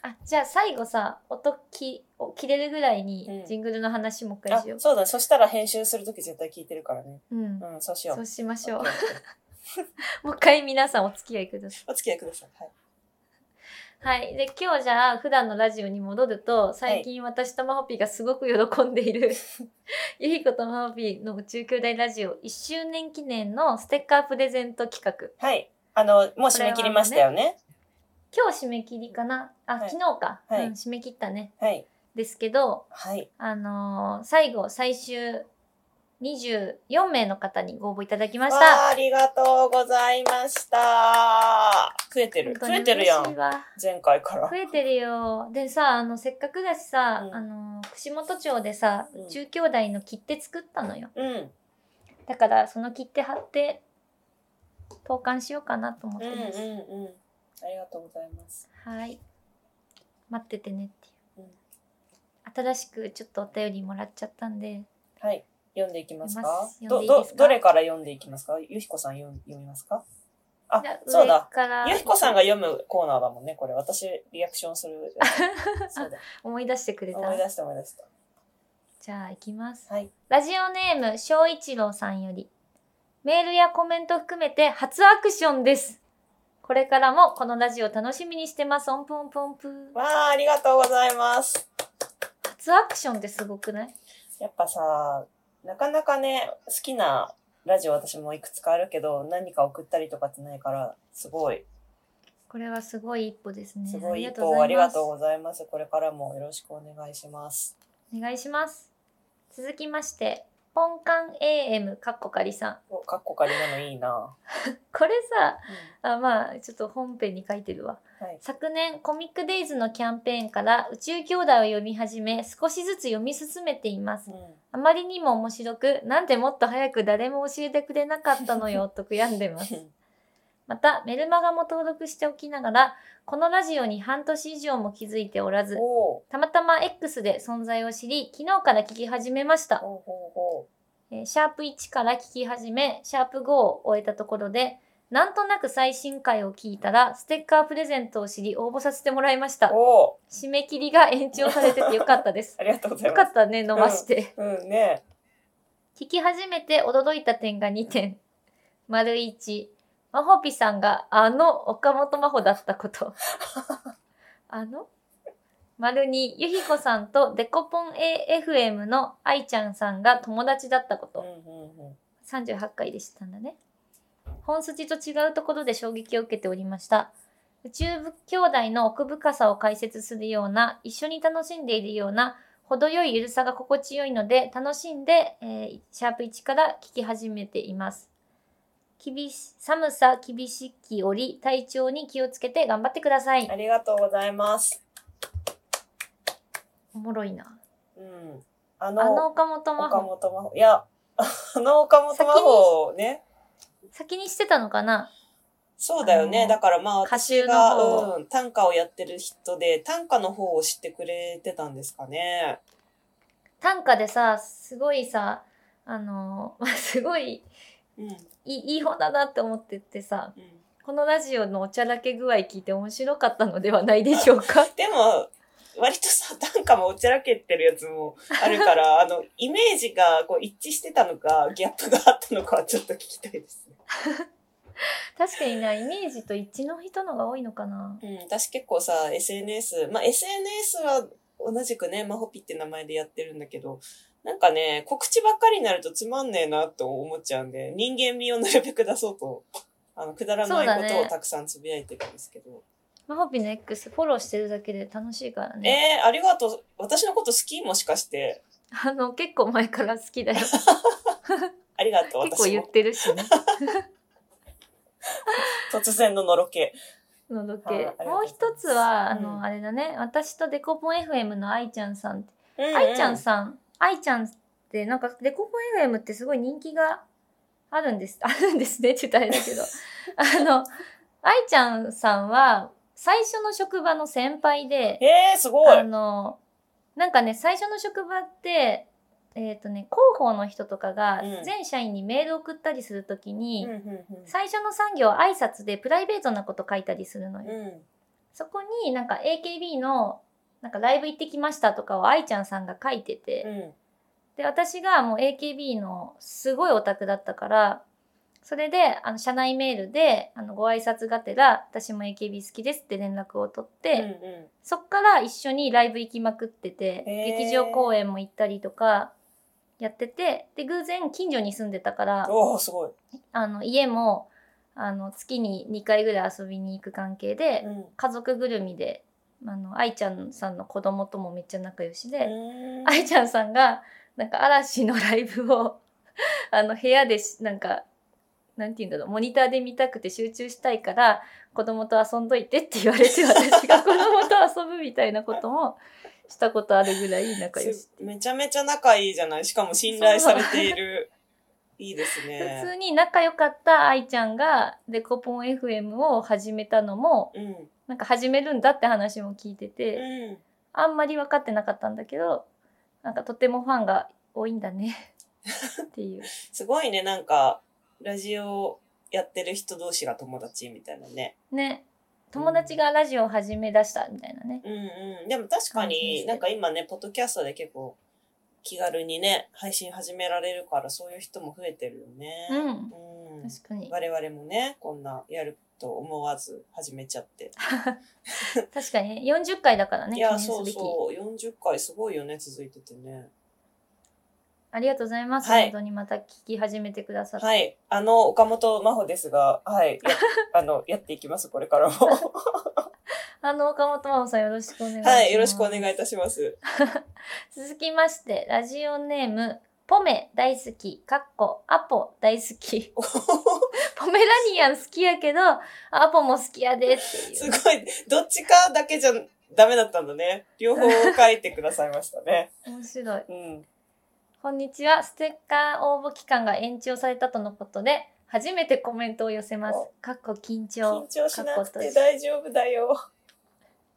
Speaker 1: あじゃあ最後さ音きを切れるぐらいうに
Speaker 2: ん
Speaker 1: ジングルの話もう一回
Speaker 2: あ
Speaker 1: しよ、う、
Speaker 2: そうだね。そしたら編集するとき絶対聞いてるからね。
Speaker 1: うん
Speaker 2: うん、そうしよう。
Speaker 1: そうしましょう
Speaker 2: オッケーオッケー
Speaker 1: もう一回皆さんお付き合いください
Speaker 2: お付き合いください。はい。
Speaker 1: はいで今日じゃあ普段のラジオに戻ると最近私とまほぴがすごく喜んでい る、ゆひことまほぴの宇宙兄弟ラジオ1周年記念のステッカープレゼント企画
Speaker 2: はい。あの、もう締め切りましたよね。
Speaker 1: 今日締め切りかなあ、
Speaker 2: はい
Speaker 1: 昨日か、
Speaker 2: はい
Speaker 1: うん、締め切ったね
Speaker 2: はい。
Speaker 1: ですけど
Speaker 2: はい。
Speaker 1: あのー最後最終24名の方にご応募いただきまし
Speaker 2: わ
Speaker 1: た
Speaker 2: あありがとうございました。増えてる。増えてるや
Speaker 1: 本当に嬉しい
Speaker 2: ん。
Speaker 1: わ
Speaker 2: 前回から
Speaker 1: 増。えてるよでさあのせっかくだしさ、
Speaker 2: うん
Speaker 1: あのー串本町でさ
Speaker 2: うん
Speaker 1: 宇宙兄弟の切手作ったのよ
Speaker 2: うん。
Speaker 1: だからその切手貼って投函しようかなと思っ
Speaker 2: うんう
Speaker 1: て
Speaker 2: ん
Speaker 1: ます、
Speaker 2: うん。ありがとうございます。
Speaker 1: はい待っててねっていう、
Speaker 2: うん
Speaker 1: 新しくちょっとお便りもらっちゃったんで
Speaker 2: はい。読んでいきますか
Speaker 1: 読みます読ん
Speaker 2: ど、
Speaker 1: でいいで
Speaker 2: ど
Speaker 1: す、か
Speaker 2: どれから読んでいきますかゆひこさん読み読みますかあ
Speaker 1: じゃあ、
Speaker 2: そうだ。
Speaker 1: 上から
Speaker 2: ゆひこさんが読むコーナーだもんね、これ。私、リアクションするや つ。そうだ。
Speaker 1: 思い出してくれた
Speaker 2: 思い出した思い出し
Speaker 1: じゃあ行きます
Speaker 2: た。はい。
Speaker 1: ラジオネーム翔一郎さんよりメールやコメント含めて初アクションですこれからもこのラジオ楽しみにしてますオンプンプンプン
Speaker 2: わあ、ありがとうございます。
Speaker 1: 初ツアクションってすごくない
Speaker 2: やっぱさ、なかなかね、好きなラジオ私もいくつかあるけど、何か送ったりとかってないから、すごい、
Speaker 1: これはすごい一歩ですね。
Speaker 2: すごい一
Speaker 1: ます
Speaker 2: 方ありがとうございます。これからもよろしくお願いします。
Speaker 1: お願いします。続きまして、ポンカン AM かっこかりさん。
Speaker 2: おかっこかりなのいいな。
Speaker 1: これさ、あまあ、ちょっと本編に書いてるわ。
Speaker 2: はい。
Speaker 1: 昨年コミックデイズのキャンペーンから宇宙兄弟を読み始め、少しずつ読み進めています。
Speaker 2: う
Speaker 1: あまりにも面白く、なんでもっと早く誰も教えてくれなかったのよ、と悔やんでます。
Speaker 2: ん。
Speaker 1: また、メルマガも登録しておきながら、このラジオに半年以上も気づいておらず、
Speaker 2: おー
Speaker 1: たまたま X で存在を知り、昨日から聞き始めました。
Speaker 2: ほうほうほ
Speaker 1: えーシャープ1から聞き始め、シャープ5を終えたところで、なんとなく最新回を聞いたら、ステッカープレゼントを知り応募させてもらいました
Speaker 2: う。。おー
Speaker 1: 締め切りが延長されて てよかったです。
Speaker 2: ありがとうござい
Speaker 1: よか
Speaker 2: ます。
Speaker 1: ったね、伸ばして。
Speaker 2: うんね。
Speaker 1: 聞き始めて驚いた点が2点。丸1、まほぴさんがあの岡本真帆だったこと。 あの丸2、ゆひこさんとデコポン AFM の愛ちゃんさんが友達だったこ
Speaker 2: うん
Speaker 1: と
Speaker 2: う。んうん。
Speaker 1: 38回でしたんだね。本筋と違うところで衝撃を受けておりました。宇宙兄弟の奥深さを解説するような、一緒に楽しんでいるような、程よいゆるさが心地よいので、楽しんで、えーシャープ1から聞き始めています。厳し、寒さ厳しき折、体調に気をつけて頑張ってください。
Speaker 2: ありがとうございます。
Speaker 1: おもろいな。
Speaker 2: うん。あ
Speaker 1: あの
Speaker 2: の、
Speaker 1: 岡本真
Speaker 2: 岡
Speaker 1: 帆、
Speaker 2: 本真帆。いや、あの岡本真帆をね。
Speaker 1: 先にしてたのかな
Speaker 2: そうだよ
Speaker 1: あ
Speaker 2: ね。
Speaker 1: の
Speaker 2: だからまあ
Speaker 1: 歌手
Speaker 2: 私
Speaker 1: の
Speaker 2: が、
Speaker 1: 方
Speaker 2: うん、短歌をやってる人で、短歌の方を知ってくれてたんですかね。
Speaker 1: 短歌でさ、すごいさ、あの、 すごい、
Speaker 2: うん。うん。
Speaker 1: いいい本だなって思っててさこのラジオのおちゃらけ具合聞いて面白かったのではないでしょうか
Speaker 2: でも、割とさ、 短歌もおちゃらけてるやつもあるから、あの、イメージがこう一致してたのか、ギャップがあったのかはちょっと聞きたいですね。
Speaker 1: 確かになイメージと一致の人のが多いのかな
Speaker 2: うん、私結構さ、SNS、まあ、SNS は同じくね、マホピって名前でやってるんだけど、なんかね、告知ばっかりになるとつまんねえなと思っちゃうんで、人間味をなるべく出そうと、あの、くだら
Speaker 1: そうだ
Speaker 2: ない
Speaker 1: ね
Speaker 2: ことをたくさんつぶやいてるんですけど。
Speaker 1: まほぴの X フォローしてるだけで楽しいからね
Speaker 2: えー、ありがとう。私のこと好きもしかして。
Speaker 1: あの結構前から好き だよ結
Speaker 2: ありがとう。
Speaker 1: 構
Speaker 2: 私
Speaker 1: 言っ
Speaker 2: も
Speaker 1: てるしね
Speaker 2: 突然ののろけ。
Speaker 1: のど
Speaker 2: はいあり
Speaker 1: け
Speaker 2: がとう
Speaker 1: もう
Speaker 2: ございます
Speaker 1: 一つはあの、
Speaker 2: うん
Speaker 1: あれだね私とデコポン FM の愛ちゃんさんって
Speaker 2: うんうん
Speaker 1: 愛、ちゃんさん愛ちゃんってなんかデコポン FM ってすごい人気があるんです あるんですねって言ったらあれだ けどあの愛ちゃんさんは最初の職場の先輩で
Speaker 2: えー、すごい。
Speaker 1: あ
Speaker 2: うん
Speaker 1: のなんかね最初の職場ってえっ、とね広報の人とかが
Speaker 2: うん
Speaker 1: 全社員にメール送ったりするときに、
Speaker 2: うんうん
Speaker 1: 最初の産業挨拶でプライベートなこと書いたりするのよ。
Speaker 2: うん
Speaker 1: そこになんか AKB のなんかライブ行ってきましたとかを愛ちゃんさんが書いてて、
Speaker 2: うん
Speaker 1: で私がもう AKB のすごいオタクだったからそれであの社内メールであのご挨拶がてら私も AKB 好きですって連絡を取って、
Speaker 2: うん
Speaker 1: そっから一緒にライブ行きまくってて
Speaker 2: へー
Speaker 1: 劇場公演も行ったりとかやっててで偶然近所に住んでたから
Speaker 2: おー、すごい。
Speaker 1: あの家もあの月に2回ぐらい遊びに行く関係で、
Speaker 2: うん
Speaker 1: 家族ぐるみであの愛ちゃんさんの子供ともめっちゃ仲良しで。
Speaker 2: うーん
Speaker 1: 愛ちゃんさんがなんか嵐のライブを あの部屋でしなんかなんて言うんだろうモニターで見たくて集中したいから子供と遊んどいてって言われ て私が子供と遊ぶみたいなこともしたことあるぐらい仲良し
Speaker 2: す。めちゃめちゃ仲いいじゃない。しかも信頼されている。いいです
Speaker 1: 普通
Speaker 2: ね。
Speaker 1: に仲良かった愛ちゃんがデコポン FM を始めたのも
Speaker 2: うん。
Speaker 1: なんか始めるんだって話も聞いてて、
Speaker 2: うん。
Speaker 1: あんまり分かってなかったんだけどなんかとてもファンが多いんだ ねっていう
Speaker 2: すごいね、なんか、ラジオやってる人同士が友達みたいなね。
Speaker 1: ね友達がラジオを始め出したみたいなね、
Speaker 2: うんうん。でも確か
Speaker 1: 感じです
Speaker 2: に
Speaker 1: ね
Speaker 2: なんか今ね、ポッドキャストで結構気軽にね、配信始められるから、そういう人も増えてるよね。
Speaker 1: うん。
Speaker 2: うん。
Speaker 1: 確かに。
Speaker 2: 我々もね、こんなやると思わず始めちゃって。
Speaker 1: 確かにね。40回だからね、
Speaker 2: い
Speaker 1: 記
Speaker 2: や、
Speaker 1: 念す
Speaker 2: そう
Speaker 1: べき。
Speaker 2: そう。40回すごいよね、続いててね。
Speaker 1: ありがとうございます。
Speaker 2: はい
Speaker 1: 本当にまた聞き始めてくださって。
Speaker 2: はい。あの、岡本真帆ですが、はい。 やあの、やっていきます、これからも。
Speaker 1: あの、岡本真帆さんよろしくお願いします。
Speaker 2: はい。よろしくお願いいた します。
Speaker 1: 続きまして、ラジオネーム、ポメ大好き、かっこ、アポ大好き。ポメラニアン好きやけど、アポも好きやでってい
Speaker 2: す
Speaker 1: う。
Speaker 2: ごい。どっちかだけじゃダメだったんだね。両方書いてくださいました ね。
Speaker 1: 面白い。
Speaker 2: うん。
Speaker 1: こんにちは。ステッカー応募期間が延長されたとのことで、初めてコメントを寄せます
Speaker 2: お。
Speaker 1: かっこ緊張
Speaker 2: 緊。張しな
Speaker 1: かっ
Speaker 2: く
Speaker 1: こと
Speaker 2: て大丈夫だよ。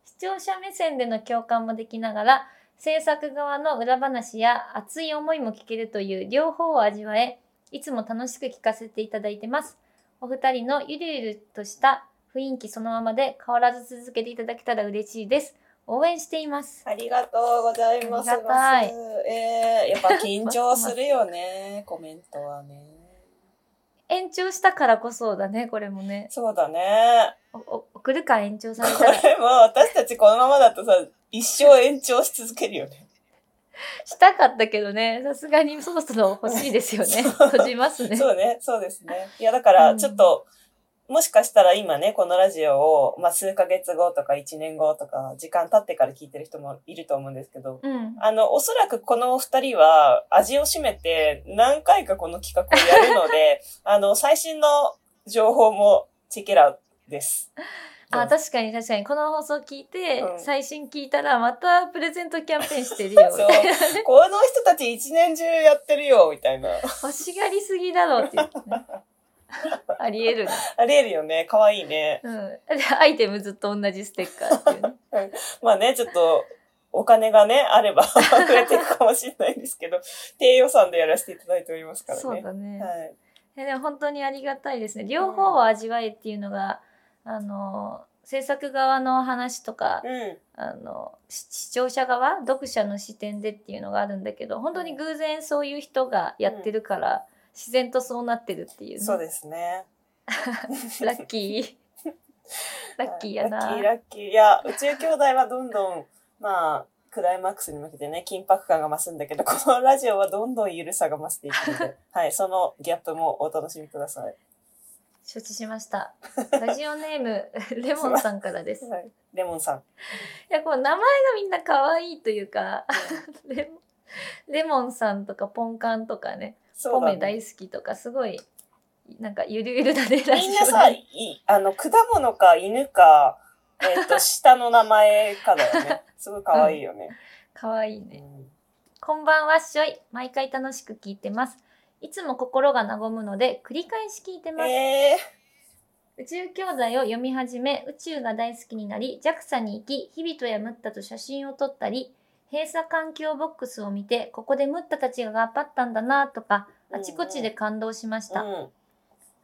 Speaker 1: 視聴者目線での共感もできながら制作側の裏話や熱い思いも聞けるという両方を味わえいつも楽しく聞かせていただいてますお二人のゆるゆるとした雰囲気そのままで変わらず続けていただけたら嬉しいです応援しています
Speaker 2: ありがとうございます。
Speaker 1: ありがたい
Speaker 2: えーやっぱ緊張するよね、コメントはね。
Speaker 1: 延長したからこそだねこれもね
Speaker 2: そう だね。
Speaker 1: おお送るか延長され
Speaker 2: こ
Speaker 1: た ら
Speaker 2: れも私たちこのままだとさ、一生延長し続けるよね。
Speaker 1: したかったけどねさすがにそろそろ欲しいですよね閉じますね
Speaker 2: そうね、そうですね。いや、だから、ちょっと、もしかしたら今ね、このラジオを、まあ、数ヶ月後とか1年後とか、時間経ってから聞いてる人もいると思うんですけど、
Speaker 1: うん
Speaker 2: あの、おそらくこの二人は、味を占めて、何回かこの企画をやるの で、あの、最新の情報も、チェケラです。
Speaker 1: あ確かに確かにこの放送聞いて、
Speaker 2: うん
Speaker 1: 最新聞いたらまたプレゼントキャンペーンしてるよ
Speaker 2: そうこの人たち一年中やってるよ、みたいな。
Speaker 1: 欲しがりすぎだろうって言って ねありえるね、
Speaker 2: ありえるよね。可愛いね。
Speaker 1: うん、でアイテムずっと同じステッカーって いうね
Speaker 2: まあね、ちょっと、お金がね、あ れば増えていくかもしれないんですけど、低予算でやらせていただいておりますからね。
Speaker 1: そうだね、
Speaker 2: はい。
Speaker 1: えでも本当にありがたいですね両方を味わえっていうのが、あの制作側の話とか、
Speaker 2: うん。
Speaker 1: あのし視聴者側読者の視点でっていうのがあるんだけど本当に偶然そういう人がやってるから、自然とそうなってるっていうね、
Speaker 2: そうですね。
Speaker 1: ラッキー。 ラッキーやな。
Speaker 2: はいラッキー、ラッキー。いや、宇宙兄弟はどんどん、まあ、クライマックスに向けてね、緊迫感が増すんだけど、 このラジオはどんどん緩さが増していくので、はい、そのギャップもお楽しみください。
Speaker 1: 承知しました。ラジオネーム、 レモンさんからです。い
Speaker 2: はい、レモンさん。
Speaker 1: や、この名前がみんな可愛いというか、 レモンレモンさんとかポンカンとかね、
Speaker 2: そ
Speaker 1: ポ
Speaker 2: うだ
Speaker 1: メ
Speaker 2: ね
Speaker 1: 大好きとか、すごい、なんかゆるゆるだね、ラジオ
Speaker 2: みん
Speaker 1: ね
Speaker 2: なさ、いあの、果物か犬か、えっ、 と、下の名前かだよね。すごい可愛いよね。
Speaker 1: 可愛いね。
Speaker 2: うん
Speaker 1: こんばんはっしょい。毎回楽しく聞いてます。いつも心が和むので、繰り返し聞いてます。
Speaker 2: え
Speaker 1: 宇宙兄弟を読み始め宇宙が大好きになり JAXA に行き日々とやムッタと写真を撮ったり閉鎖環境ボックスを見てここでムッタたちが頑張ったんだなとかあちこちで感動しまし
Speaker 2: ー、
Speaker 1: た、
Speaker 2: うん。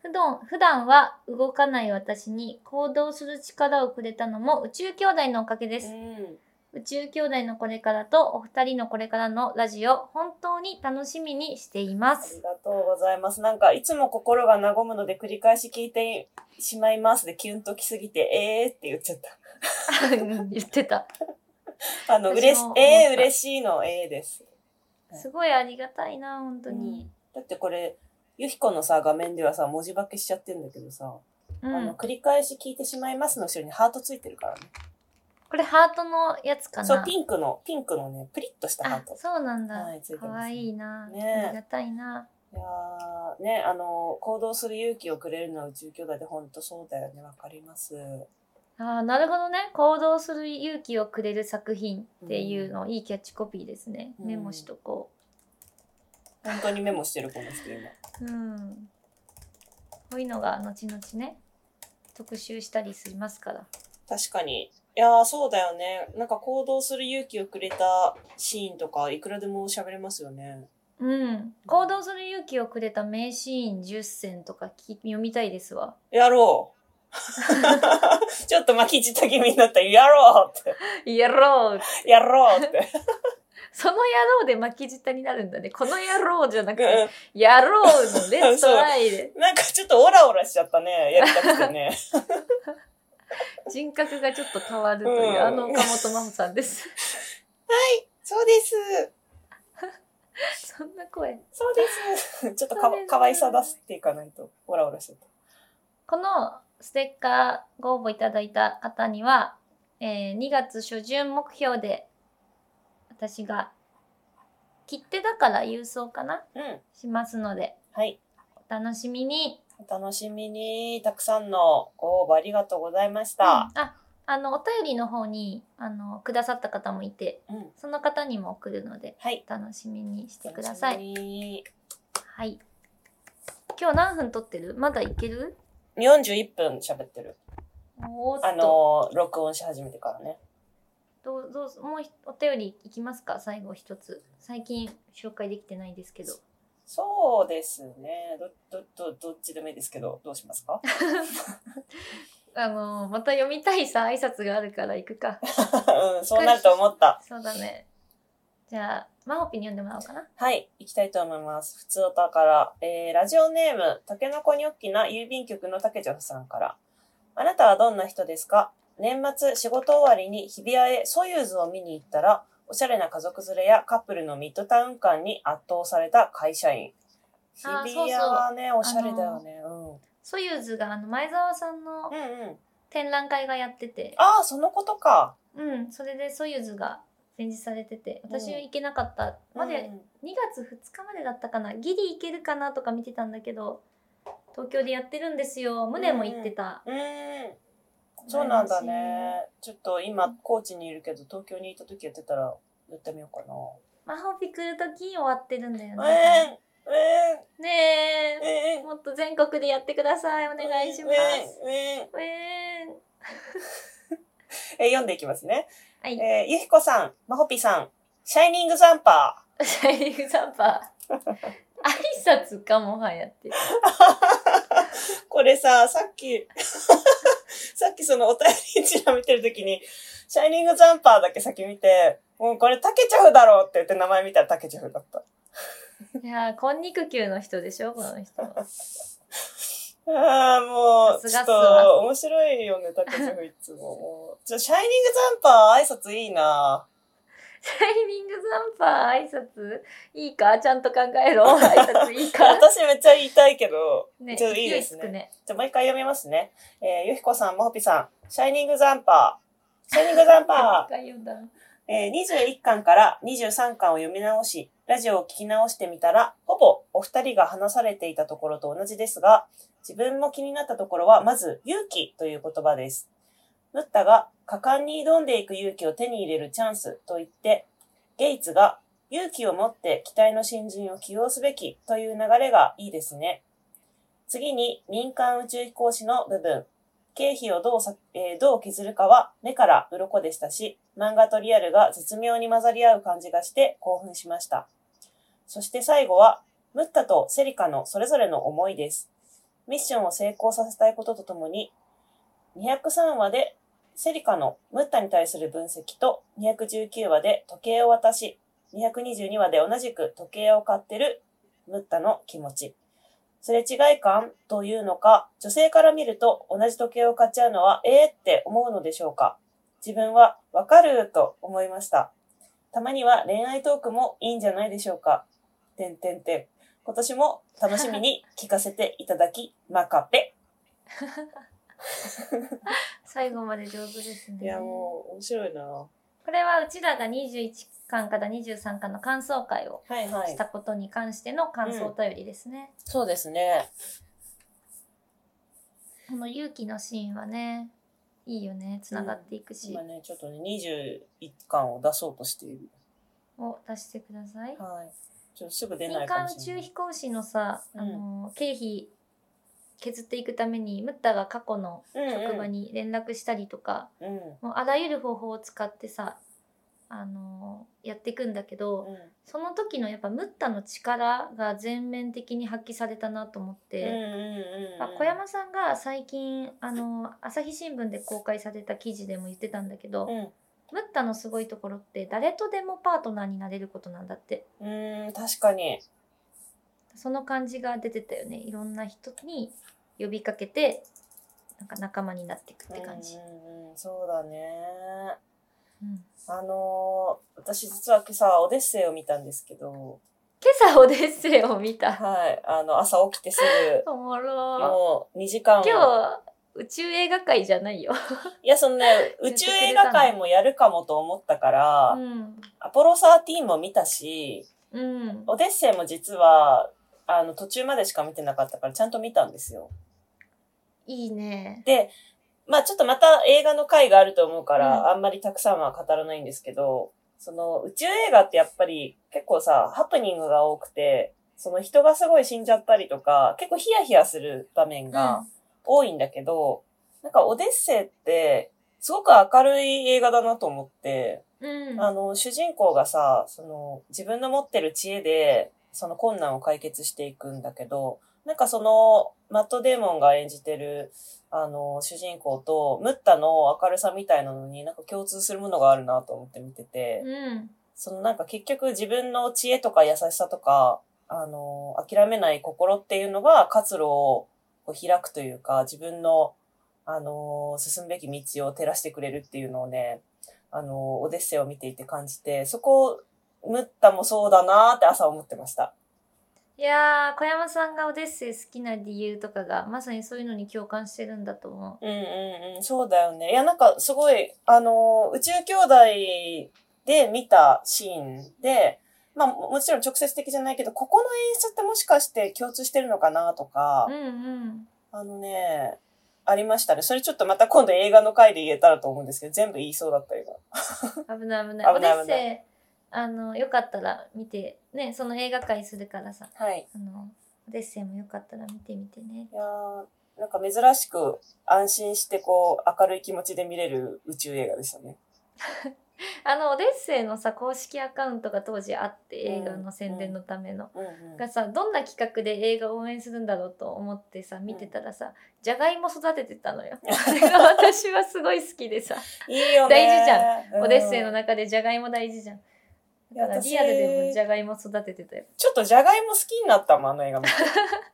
Speaker 1: 普段普段は動かない私に行動する力をくれたのも宇宙兄弟のおかげです、
Speaker 2: うん
Speaker 1: 宇宙兄弟のこれからとお二人のこれからのラジオ本当に楽しみにしていま
Speaker 2: あ
Speaker 1: す
Speaker 2: りがとうございます。なんか、いつも心が和むので繰り返し聞いてしまいますで、キュンときすぎて、えーって言っちゃっ
Speaker 1: 言ってた
Speaker 2: た。あの、
Speaker 1: 私も
Speaker 2: 嬉し
Speaker 1: 思っ、た
Speaker 2: えー、嬉しいの、えーです。
Speaker 1: すごいありがたいな本当に、
Speaker 2: だってこれ、ゆひこのさ、画面ではさ、文字化けしちゃってんだけどさ、
Speaker 1: うん
Speaker 2: あの、繰り返し聞いてしまいますの後ろにハートついてるからね。
Speaker 1: これハートのやつかな。
Speaker 2: そう、ピンクの、ピンクのね、プリッとしたハ
Speaker 1: あ
Speaker 2: ート、。
Speaker 1: そうなんだ。
Speaker 2: はいついてます
Speaker 1: かわいいな。
Speaker 2: ねえ
Speaker 1: ありがたいな。
Speaker 2: いやーね、あの、行動する勇気をくれるのは宇宙兄弟で本当そうだよね、わかります。
Speaker 1: あーなるほどね。行動する勇気をくれる作品っていうの、いいキャッチコピーですね。
Speaker 2: うん
Speaker 1: メモしとこ
Speaker 2: 本当にメモしてる、この人今。
Speaker 1: う。うん。こういうのが後々ね、特集したりしますから。
Speaker 2: 確かに。いやー、そうだよね。なんか行動する勇気をくれたシーンとか、いくらでも喋れますよね。
Speaker 1: うん。行動する勇気をくれた名シーン10選とか聞き読みたいですわ。
Speaker 2: やろ うちょっと巻き舌気味になったやろうっ
Speaker 1: やろう
Speaker 2: てやろうって
Speaker 1: その野郎で巻き舌になるんだね。この野郎じゃなくて、
Speaker 2: う
Speaker 1: 野郎 のね、ストライで。
Speaker 2: んなんかちょっとオラオラしちゃったね。やりたくてね。
Speaker 1: 人格がちょっと変わるという、
Speaker 2: うん
Speaker 1: あの岡本真帆さん です。
Speaker 2: そうです。
Speaker 1: そんな声。
Speaker 2: そうです。ちょっとか
Speaker 1: そ
Speaker 2: わ
Speaker 1: うです
Speaker 2: かわいさ出すっていかないと、オラオラしちゃった。
Speaker 1: このステッカーご応募いただいた方には、えー2月初旬目標で、私が切手だから郵送かな
Speaker 2: うん。
Speaker 1: しますので、
Speaker 2: はい。
Speaker 1: お楽しみに。
Speaker 2: お楽しみに、たくさんのご応募ありがとうございました。
Speaker 1: あ、あの、お便りの方に、あの、くださった方もいて、
Speaker 2: うん。
Speaker 1: その方にも送るので、
Speaker 2: はい。
Speaker 1: お楽しみにしてくだ
Speaker 2: 楽し
Speaker 1: さい。
Speaker 2: みに。
Speaker 1: はい。今日何分撮ってるまだいける
Speaker 2: 41分喋ってる。
Speaker 1: おーっと。
Speaker 2: あの、録音し始めてからね。
Speaker 1: どうどうぞもうひお便りいきますか最後一つ最近紹介できてないですけど
Speaker 2: そうですね。ど、ど、ど、どっちでもいいですけど、どうしま すか
Speaker 1: あのーまた読みたいさ挨拶があるから行くか
Speaker 2: うん、そうなると思った。
Speaker 1: そうだねじゃあマホピに読んでもらおうかな
Speaker 2: はい、行きたいと思います。普通おたから、えー、ラジオネーム、たけのこにょっきな郵便局のたけじょふさんから。あなたはどんな人ですか年末仕事終わりに日比谷へソユーズを見に行ったら、おしゃれな家族連れやカップルのミッドタウン感に圧倒された会社員。日
Speaker 1: あー
Speaker 2: 比谷はね、おしゃれだよね。うん。
Speaker 1: ソユーズがあの前澤さんの
Speaker 2: うんうん。
Speaker 1: 展覧会がやってて
Speaker 2: ああ、そのことか。
Speaker 1: うんそれでソユーズが展示されてて私
Speaker 2: うん
Speaker 1: 行けなかった、まで
Speaker 2: うん
Speaker 1: 2月2日までだったかなギリ行けるかなとか見てたんだけど東京でやってるんですよ胸も行ってた、
Speaker 2: うん。うんそうなんだね。ちょっと今、高知にいるけど、東京にいた時やってたら、やってみようかな。
Speaker 1: マホピ来るとき終わってるんだよね。
Speaker 2: ええ
Speaker 1: ね
Speaker 2: ええ
Speaker 1: え、もっと全国でやってください。お願いします。
Speaker 2: え
Speaker 1: ええ
Speaker 2: え読んでいきますね。
Speaker 1: はい。
Speaker 2: えー、ゆひこさん、まほぴさん、シャイニングザンパ
Speaker 1: シャイニングサンパー。挨拶かもはやって。
Speaker 2: ー。これさ、さっき、 さっきそのお便りちら見てるときに、シャイニングザンパーだけ先見て、もうこれタケチャフだろうって言って名前見たらタケチャフだった。
Speaker 1: いやー、こんにく級の人でしょ、この人。
Speaker 2: ああ、もう、
Speaker 1: さすがっ
Speaker 2: ちょっ
Speaker 1: すわ
Speaker 2: と、面白いよね、タケチャフいつも。もうちょ、シャイニングザンパー挨拶いいな
Speaker 1: シャイニングサンパー、挨拶いいかちゃんと考えろ。挨拶いい か
Speaker 2: 私めっちゃ言いたいけど、
Speaker 1: ね、
Speaker 2: ちょっといいですね
Speaker 1: 勢つくね。
Speaker 2: じゃあもう一回読みますね。えー、ゆひこさん、もほぴさん、シャイニングザンパー。シャイニングザンパ
Speaker 1: 一回読んだの
Speaker 2: ー。えー、21巻から23巻を読み直し、ラジオを聞き直してみたら、ほぼお二人が話されていたところと同じですが、自分も気になったところは、まず、勇気という言葉です。ムッタが果敢に挑んでいく勇気を手に入れるチャンスと言って、ゲイツが勇気を持って期待の新人を起用すべきという流れがいいですね。次に民間宇宙飛行士の部分。経費をどうさ、えーどう削るかは目から鱗でしたし、漫画とリアルが絶妙に混ざり合う感じがして興奮しました。そして最後は、ムッタとセリカのそれぞれの思いです。ミッションを成功させたいこととともに、203話でセリカのムッタに対する分析と、219話で時計を渡し、222話で同じく時計を買ってるムッタの気持ち。すれ違い感というのか、女性から見ると同じ時計を買っちゃうのは、ええって思うのでしょうか。自分はわかると思いました。たまには恋愛トークもいいんじゃないでしょうか。てんてんてん。今年も楽しみに聞かせていただき、マカペ。
Speaker 1: 最後まで上手ですね。
Speaker 2: う面白いなは
Speaker 1: これはうちらが21巻から23巻の感想会を
Speaker 2: いは
Speaker 1: したことに関しての感想お便りですね。
Speaker 2: そうですね。
Speaker 1: この勇気のシーンはね、いいよね。つながっていくし
Speaker 2: 今、ね、ちょっとね、21巻を出そうとしている。
Speaker 1: を出してください。
Speaker 2: はい。ちょっとすぐ出な
Speaker 1: 民
Speaker 2: いか
Speaker 1: 間
Speaker 2: も
Speaker 1: 宇
Speaker 2: しれ
Speaker 1: 宙
Speaker 2: ない。
Speaker 1: 飛行士のさ、
Speaker 2: うん
Speaker 1: あの経費削っていくためにムッタが過去の職場に連絡したりとか、
Speaker 2: うんうん、
Speaker 1: もうあらゆる方法を使ってさ、あのやっていくんだけど、
Speaker 2: うん。
Speaker 1: その時のやっぱムッタの力が全面的に発揮されたなと思っ
Speaker 2: うん
Speaker 1: て、
Speaker 2: うんうん
Speaker 1: まあ小山さんが最近あの朝日新聞で公開された記事でも言ってたんだけど、
Speaker 2: うん
Speaker 1: ムッタのすごいところって誰とでもパートナーになれることなんだって
Speaker 2: うーん、確かに。
Speaker 1: その感じが出てたよねいろんな人に呼びかけてなんか仲間になっていくって感じ
Speaker 2: う、んうん、そうだね。
Speaker 1: うん
Speaker 2: あのー私実は今朝オデッセイを見たんですけど、
Speaker 1: 今朝オデッセイを見た
Speaker 2: はい、あの朝起きてす ぐ、
Speaker 1: おもろ
Speaker 2: もう2時間
Speaker 1: 今。日宇宙映画界じゃないよ、
Speaker 2: いや、そのね、宇宙映画界もやるかもと思ったから、
Speaker 1: うん
Speaker 2: アポロ13も見たし、
Speaker 1: うん、
Speaker 2: オデッセイも実は、あの、途中までしか見てなかったから、ちゃんと見たんですよ。
Speaker 1: いいね
Speaker 2: で、まあちょっとまた映画の回があると思うから、
Speaker 1: うん
Speaker 2: あんまりたくさんは語らないんですけど、その宇宙映画ってやっぱり結構さ、ハプニングが多くて、その人がすごい死んじゃったりとか、結構ヒヤヒヤする場面が多いんだけど、なんかオデッセイって、すごく明るい映画だなと思って、
Speaker 1: うん
Speaker 2: あの、主人公がさ、その、自分の持ってる知恵で、その困難を解決していくんだけど、なんかその、マット・デーモンが演じてる、あの、主人公と、ムッタの明るさみたいなのになんか共通するものがあるなと思って見てて、
Speaker 1: うん
Speaker 2: そのなんか結局自分の知恵とか優しさとか、あの、諦めない心っていうのが活路をこう開くというか、自分の、あの、進むべき道を照らしてくれるっていうのをね、あの、オデッセイを見ていて感じて、そこ、ムッタもそうだなーって朝思ってました。
Speaker 1: いやー小山さんがオデッセイ好きな理由とかがまさにそういうのに共感してるんだと思
Speaker 2: うんうんうん、そうだよね。いや、なんかすごい、あの、宇宙兄弟で見たシーンで、まあももちろん直接的じゃないけど、ここの演出ってもしかして共通してるのかなとか
Speaker 1: う。う、んうん
Speaker 2: あのね、ありましたね。それちょっとまた今度映画の回で言えたらと思うんですけど、全部言いそうだった今。
Speaker 1: 危ない危ない。オデッ
Speaker 2: 危ない危ない
Speaker 1: セイ、あの、よかったら見て、ね、その映画会するからさ、
Speaker 2: はい。
Speaker 1: あの、オデッセイもよかったら見てみてね。
Speaker 2: いやーなんか珍しく安心してこう、明るい気持ちで見れる宇宙映画でしたね。
Speaker 1: あの、オデッセイのさ、公式アカウントが当時あって、映画の宣伝のための。
Speaker 2: うんうん。
Speaker 1: がさ、どんな企画で映画応援するんだろうと思ってさ、見てたらさ、じゃがいも育ててたのよ。 それが私はすごい好きでさ、
Speaker 2: いいよね。
Speaker 1: 大事じ
Speaker 2: ゃ
Speaker 1: オデッセイの中でじゃがいも大事じゃん。だから
Speaker 2: いや私
Speaker 1: リアルでもじゃがいも育ててたよ。
Speaker 2: ちょっとじゃがいも好きになったもん、あの映 画も。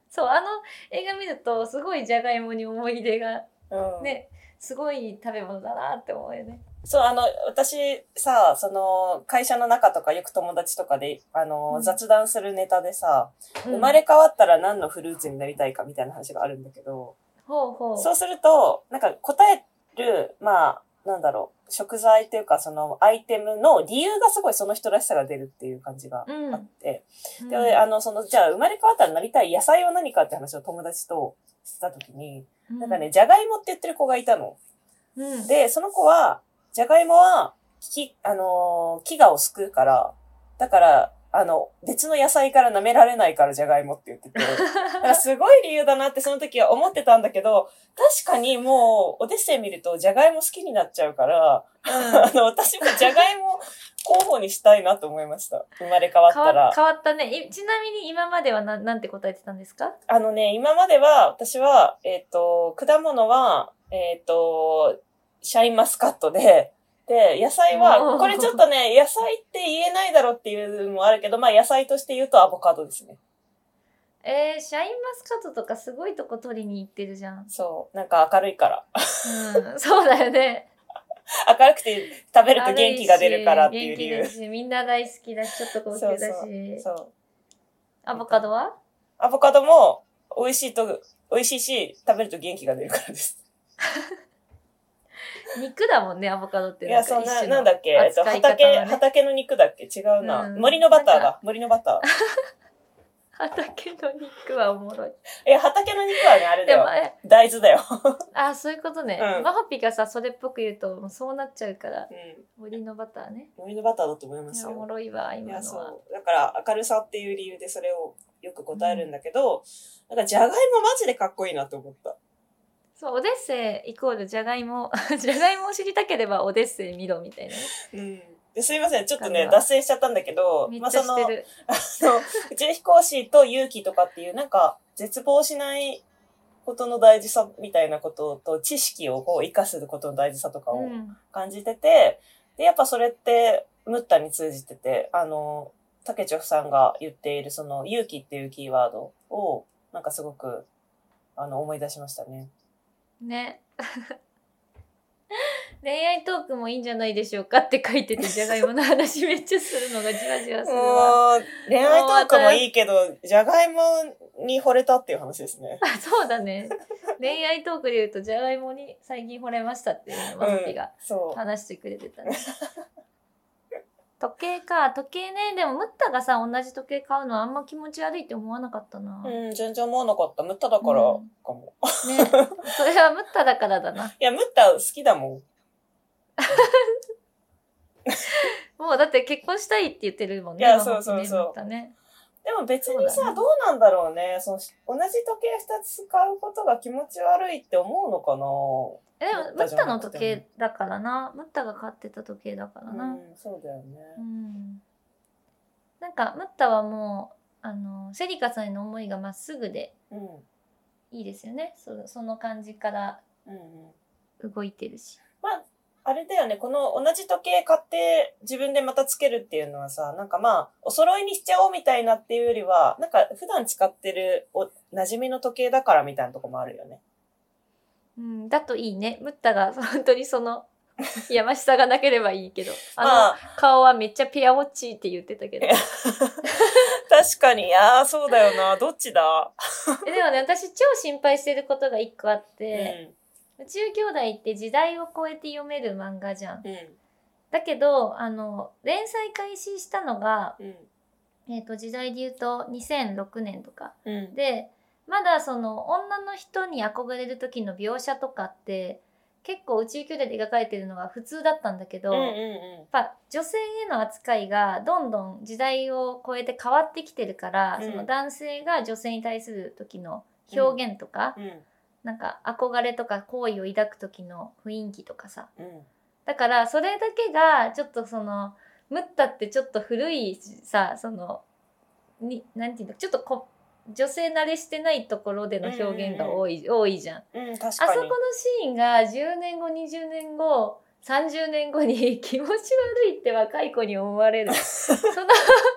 Speaker 1: そう、あの映画見ると、すごいじゃがいもに思い出が
Speaker 2: うん、
Speaker 1: ね、すごい食べ物だなって思うよね。
Speaker 2: そう、あの、私さ、その、会社の中とかよく友達とかで、あの、
Speaker 1: うん
Speaker 2: 雑談するネタでさ、
Speaker 1: うん
Speaker 2: 生まれ変わったら何のフルーツになりたいかみたいな話があるんだけど、
Speaker 1: ほうほう。
Speaker 2: そうすると、なんか答える、まあ、なんだろう、食材というか、そのアイテムの理由がすごいその人らしさが出るっていう感じが
Speaker 1: うん。
Speaker 2: あって、
Speaker 1: うん
Speaker 2: で、あの、その、じゃあ生まれ変わったらなりたい野菜は何かって話を友達とした時に、なんかね、、じゃがいもって言ってる子がいたの。
Speaker 1: うん、
Speaker 2: で、その子は、じゃがいもは、木、あのー飢餓を救うから、だから、あの、別の野菜から舐められないからじゃがいもって 言ってて、だからすごい理由だなってその時は思ってたんだけど、確かにもう、オデッセイ見るとじゃがいも好きになっちゃうから、 あの、私もじゃがいも候補にしたいなと思いました。生まれ変わっ
Speaker 1: 変
Speaker 2: た
Speaker 1: わ
Speaker 2: ら。
Speaker 1: 変わったね。いちなみに今まではななんて答えてたんですか
Speaker 2: あのね、今までは、私は、えっ、と、果物は、えっ、と、シャインマスカットで、で、野菜
Speaker 1: お
Speaker 2: は、
Speaker 1: ー
Speaker 2: これちょっとね、野菜って言えないだろうっていうのもあるけど、まあ野菜として言うとアボカドですね。
Speaker 1: えー、シャインマスカットとかすごいとこ取りに行ってるじゃん。
Speaker 2: そう。なんか明るいから。
Speaker 1: うん、そうだよね。
Speaker 2: 明るくて食べると元気が出るからっていう
Speaker 1: 元
Speaker 2: 理
Speaker 1: 気
Speaker 2: 由
Speaker 1: だ。し、みんな大好きだし、ちょっと高級だし。
Speaker 2: そう。
Speaker 1: アボカドは
Speaker 2: アボカドも美味しいと、美味しいし、食べると元気が出るからです。
Speaker 1: 肉だもんね、アボカドっ
Speaker 2: い
Speaker 1: て
Speaker 2: や、
Speaker 1: か
Speaker 2: そんな、
Speaker 1: 一種の
Speaker 2: なんだっけ、えっと、
Speaker 1: 扱い方がね
Speaker 2: 畑、畑の肉だっけ違うな。
Speaker 1: うん
Speaker 2: 森のバター
Speaker 1: なん
Speaker 2: だ。森のバター。
Speaker 1: 畑の肉はおもろい。
Speaker 2: え、畑の肉はね、あれだ
Speaker 1: でも、
Speaker 2: よ。
Speaker 1: え
Speaker 2: 大豆だよ。
Speaker 1: あ、そういうことね。
Speaker 2: うん
Speaker 1: マホピがさ、それっぽく言うと、もうそうなっちゃうから、
Speaker 2: うん。
Speaker 1: 森のバターね。
Speaker 2: 森のバターだと思いま
Speaker 1: い
Speaker 2: す
Speaker 1: やおも
Speaker 2: よ。
Speaker 1: ろいわ、
Speaker 2: い
Speaker 1: 今
Speaker 2: や、
Speaker 1: のは。
Speaker 2: そう。だから、明るさっていう理由でそれをよく答えるんだけど、なんか、じゃがいもマジでかっこいいなと思った。
Speaker 1: そう、オデッセイイコールじゃがい も、じゃがいもを知りたければオデッセイ見ろみたいなね。
Speaker 2: うん。ですいません。ちょっと
Speaker 1: わか
Speaker 2: ね、
Speaker 1: るわ
Speaker 2: 脱線しちゃったんだけど、
Speaker 1: めっ
Speaker 2: まあ、
Speaker 1: ちゃ
Speaker 2: そ
Speaker 1: し
Speaker 2: の、
Speaker 1: てる。
Speaker 2: そう、宇宙飛行士と勇気とかっていう、なんか、絶望しないことの大事さみたいなことと、知識をこう、活かすことの大事さとかを
Speaker 1: うん。
Speaker 2: 感じてて、
Speaker 3: で、やっぱそれって、ムッタに通じてて、あの、竹千代さんが言っている、その、勇気っていうキーワードを、なんかすごく、あの、思い出しましたね。
Speaker 1: ね。 恋愛トークもいいんじゃないでしょうかって書いてて、じゃがいもの話めっちゃするのがじわじわする
Speaker 3: も
Speaker 1: わ。
Speaker 3: う、恋愛トークもいいけど、じゃがいもに惚れたっていう話ですね。
Speaker 1: あそうだね。恋愛トークで言うと、じゃがいもに最近惚れましたっていうのをマスピが
Speaker 3: そう。
Speaker 1: 話してくれてたね。 時計か。時計ね。でも、ムッタがさ、同じ時計買うのはあんま気持ち悪いって思わなかったな。ね。
Speaker 3: うん、全然思わなかった。ムッタだからか
Speaker 1: う
Speaker 3: も
Speaker 1: ん。
Speaker 3: い
Speaker 1: それはムッタだからだな。
Speaker 3: や、ムッタ好きだもん。
Speaker 1: もうだって結婚したいって言ってるもんね。
Speaker 3: いや
Speaker 1: ママも
Speaker 3: そうそうそう
Speaker 1: ねムッタね。
Speaker 3: でも別に
Speaker 1: そうだ
Speaker 3: さ、
Speaker 1: ね
Speaker 3: どうなんだろうね。その同じ時計二つ使うことが気持ち悪いって思うのかな
Speaker 1: えでも
Speaker 3: ム
Speaker 1: ム
Speaker 3: ッタ
Speaker 1: ッ
Speaker 3: じゃ
Speaker 1: タ
Speaker 3: な
Speaker 1: の
Speaker 3: くても
Speaker 1: 時計だからなムッタが買ってた時計だからな
Speaker 3: うん、そうだよね。
Speaker 1: うん、なんかムッタはもうあのセリカさんへの思いがまっすぐで
Speaker 3: うん。
Speaker 1: いいですよねそその感じから
Speaker 3: うんうん。
Speaker 1: 動いてるし
Speaker 3: まあ、あれだよね。この同じ時計買って自分でまたつけるっていうのはさ、なんかまあ、お揃いにしちゃおうみたいなっていうよりは、なんか普段使ってるお馴染みの時計だからみたいなとこもあるよね。
Speaker 1: うんだといいねムッタが本当にその山下がなければいいけどあ の、
Speaker 3: まあ、
Speaker 1: 顔はめっちゃペアウォッチって言って たけどえ
Speaker 3: 確かに。いやー、そうだよな。どっちだ
Speaker 1: でもね私超心配してることが一個あって、
Speaker 3: う
Speaker 1: 宇宙兄弟って時代を超えて読める漫画じゃん
Speaker 3: ん。うん。
Speaker 1: だけどあの連載開始したのが、
Speaker 3: うん。
Speaker 1: えー、と時代で言うと2006年とか
Speaker 3: うん。
Speaker 1: でまだその女の人に憧れる時の描写とかって結構宇宙兄弟で描かれてるのが普通だったんだけど、
Speaker 3: うんうん
Speaker 1: やっ
Speaker 3: うん。
Speaker 1: ぱ女性への扱いがどんどん時代を超えて変わってきてるから、
Speaker 3: うん
Speaker 1: その男性が女性に対する時の表現とか、
Speaker 3: うん。
Speaker 1: なんか憧れとか好意を抱く時の雰囲気とかさ
Speaker 3: うん。
Speaker 1: だからそれだけがちょっとそのムッタってちょっと古いしさそのになんていうのちょっとこ女性慣れしてないところでの表現が多い,、多いじゃん。あ
Speaker 3: うん、確
Speaker 1: そ
Speaker 3: かに。
Speaker 1: このシーンが10年後20年後30年後に気持ち悪いって若い子に思われ るそのその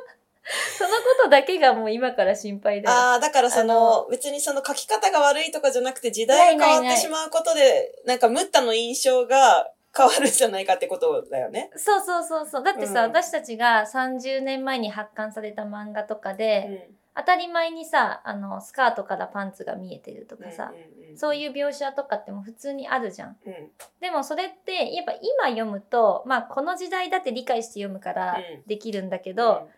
Speaker 1: ことだけがもう今から心配だよ。
Speaker 2: ああ、だからそ
Speaker 1: あ
Speaker 2: の、別にその書き方が悪いとかじゃなくて時代が変わってしまうことで、なんかムッタの印象が 変わるんじゃないかってことだよね。
Speaker 1: そうそうそうそうだってさ、
Speaker 3: うん
Speaker 1: 私たちが30年前に発刊された漫画とかで、
Speaker 3: うん
Speaker 1: 当たり前にさあのスカートからパンツが見えてるとかさ、そう
Speaker 3: う
Speaker 1: いう描写とかっても普通にあるじゃん
Speaker 3: んうんうん。
Speaker 1: でもそれってやっぱ今読むとまあこの時代だって理解して読むから
Speaker 3: うん
Speaker 1: できるんだけど、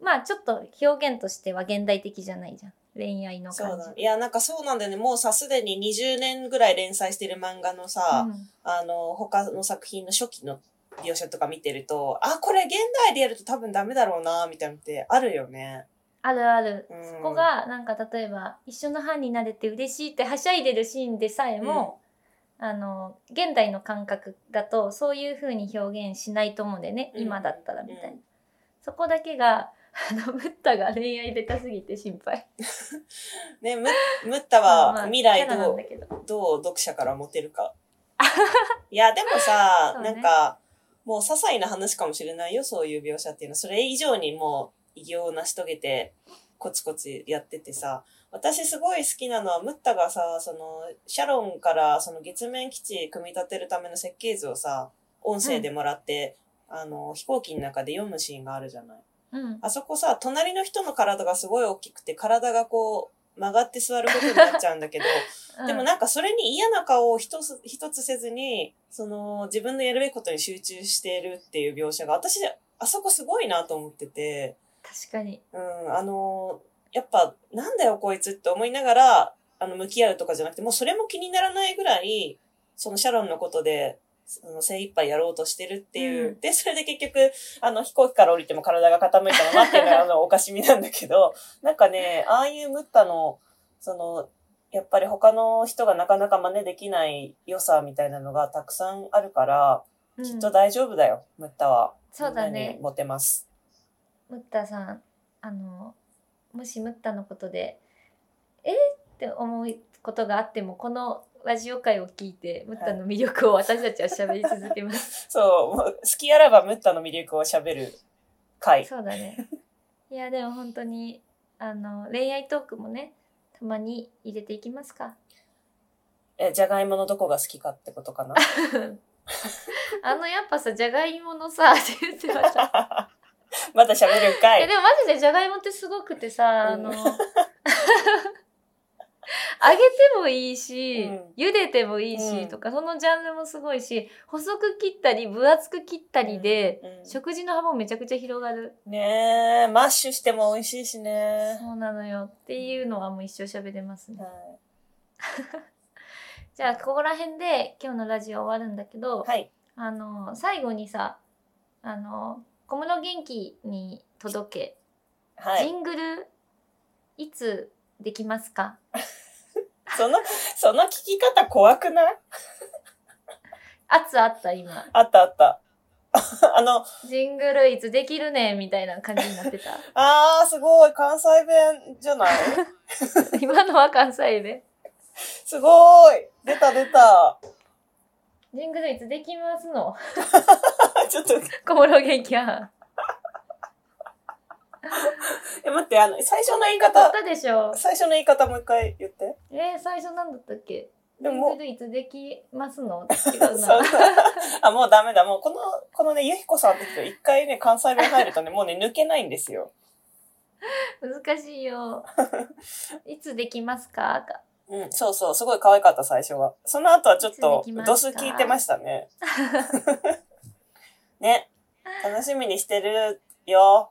Speaker 1: まあちょっと表現としては現代的じゃないじゃん恋愛の
Speaker 2: そ
Speaker 1: 感
Speaker 2: うだ。
Speaker 1: じ
Speaker 2: いや、なんかそうなんだよね。もうさ、すでに20年ぐらい連載してる漫画のさ、
Speaker 1: うん
Speaker 2: あの、他の作品の初期の描写とか見てると、あ、これ現代でやると多分ダメだろうな、みたいなのってあるよね。
Speaker 1: あるある、
Speaker 2: うん
Speaker 1: そこがなんか例えば一緒の班になれて嬉しいってはしゃいでるシーンでさえも、あの現代の感覚だとそういう風に表現しないと思うんだよね、
Speaker 3: うん
Speaker 1: 今だったらみたいな、
Speaker 3: うん
Speaker 1: そこだけがあのムッタが恋愛下手すぎて心配
Speaker 2: ね、ム ッムッタ
Speaker 1: まあ
Speaker 2: は未来
Speaker 1: キャラなん
Speaker 2: と
Speaker 1: だけど
Speaker 2: どう読者からモテる か。いや、でもさ、
Speaker 1: そうね
Speaker 2: なんか、もう些細な話かもしれないよ、そういう描写っていうのは。それ以上にもう偉業を成し遂げて、コツコツやっててさ、私すごい好きなのは、ムッタがさ、その、シャロンからその月面基地組み立てるための設計図をさ、音声でもらって、あの、飛行機の中で読むシーンがあるじゃない。
Speaker 1: うん
Speaker 2: あそこさ、隣の人の体がすごい大きくて、体がこう、曲がって座ることになっちゃうんだけど、でも
Speaker 1: うん
Speaker 2: なんかそれに嫌な顔を一つ一つせずに、その自分のやるべきことに集中しているっていう描写が、私、あそこすごいなと思ってて、
Speaker 1: 確かに
Speaker 2: うん、あの、やっぱなんだよこいつって思いながら、あの、向き合うとかじゃなくて、もうそれも気にならないぐらい、そのシャロンのことで、その精一杯やろうとしてるっていう。
Speaker 1: うん
Speaker 2: で、それで結局、あの、飛行機から降りても体が傾いたままっていうのが、あの、おかしみなんだけど、なんかね、ああいうムッタの、その、やっぱり他の人がなかなか真似できない良さみたいなのがたくさんあるから、
Speaker 1: うん
Speaker 2: きっと大丈夫だよ、ムッタは。
Speaker 1: そうだね
Speaker 2: みんなにモテます。
Speaker 1: ムッタさんあのもしムッタのことでえっって思うことがあってもこのラジオ会を聞いて、ムッタの魅力を私たちは喋り続けます。
Speaker 2: そう、もう好きあらばムッタの魅力を喋る回。
Speaker 1: そうだね。いや、でも本当に、あの、恋愛トークもね、たまに入れていきますか。
Speaker 2: え、じゃがいものどこが好きかってことかな。
Speaker 1: あの、やっぱさ、じゃがいものさ、って言ってました。
Speaker 2: まだ喋るんか
Speaker 1: いや、
Speaker 2: い。
Speaker 1: でもマジでじゃがいもってすごくてさ、あの、
Speaker 2: うん
Speaker 1: 揚げてもいいし、
Speaker 2: うん
Speaker 1: 茹でてもいいし、
Speaker 2: うん
Speaker 1: とか、そのジャンルもすごいし、細く切ったり、分厚く切ったりで、
Speaker 2: う
Speaker 1: 食事の幅もめちゃくちゃ広がる。
Speaker 2: ん、ねえ、マッシュしても美味しいしね。
Speaker 1: そうなのよ。っていうのはもう一生喋れますね。
Speaker 2: は
Speaker 1: じゃあ、ここら辺で今日のラジオ終わるんだけど、
Speaker 2: いはい。
Speaker 1: あの、最後にさ、あの、小室元気に届け、
Speaker 2: はい
Speaker 1: ジ。ングル、いつできますか
Speaker 2: その、その聞き方怖くない
Speaker 1: 圧あった今。
Speaker 2: あったあった。 あの、
Speaker 1: ジングルいつできるねみたいな感じになって た。
Speaker 2: あー、すごい、関西弁じゃない
Speaker 1: 今のは関西弁。
Speaker 2: すごい出た出た
Speaker 1: ジングルいつできますの。
Speaker 2: ちょっと、
Speaker 1: 小室元気は。
Speaker 2: え、待って、あの、最初の言い
Speaker 1: だっ
Speaker 2: 方、
Speaker 1: たでしょ。
Speaker 2: 最初の言い方もう一回言って。
Speaker 1: えー、最初なんだったっけジ
Speaker 2: で
Speaker 1: ング
Speaker 2: も、
Speaker 1: ルいつできますの違う
Speaker 2: そう
Speaker 1: な。
Speaker 2: そう。あ、もうダメだ。もう、この、このね、ゆひこさんって人、一回ね、関西弁入るとね、もうね、抜けないんですよ。
Speaker 1: 難しい よ。いつできますかか
Speaker 2: うん、そうそう。すごい可愛かった、最初は。その後はちょっと
Speaker 1: いつできま、すか
Speaker 2: ドス聞いてまし たね。ね。楽しみにしてるよ。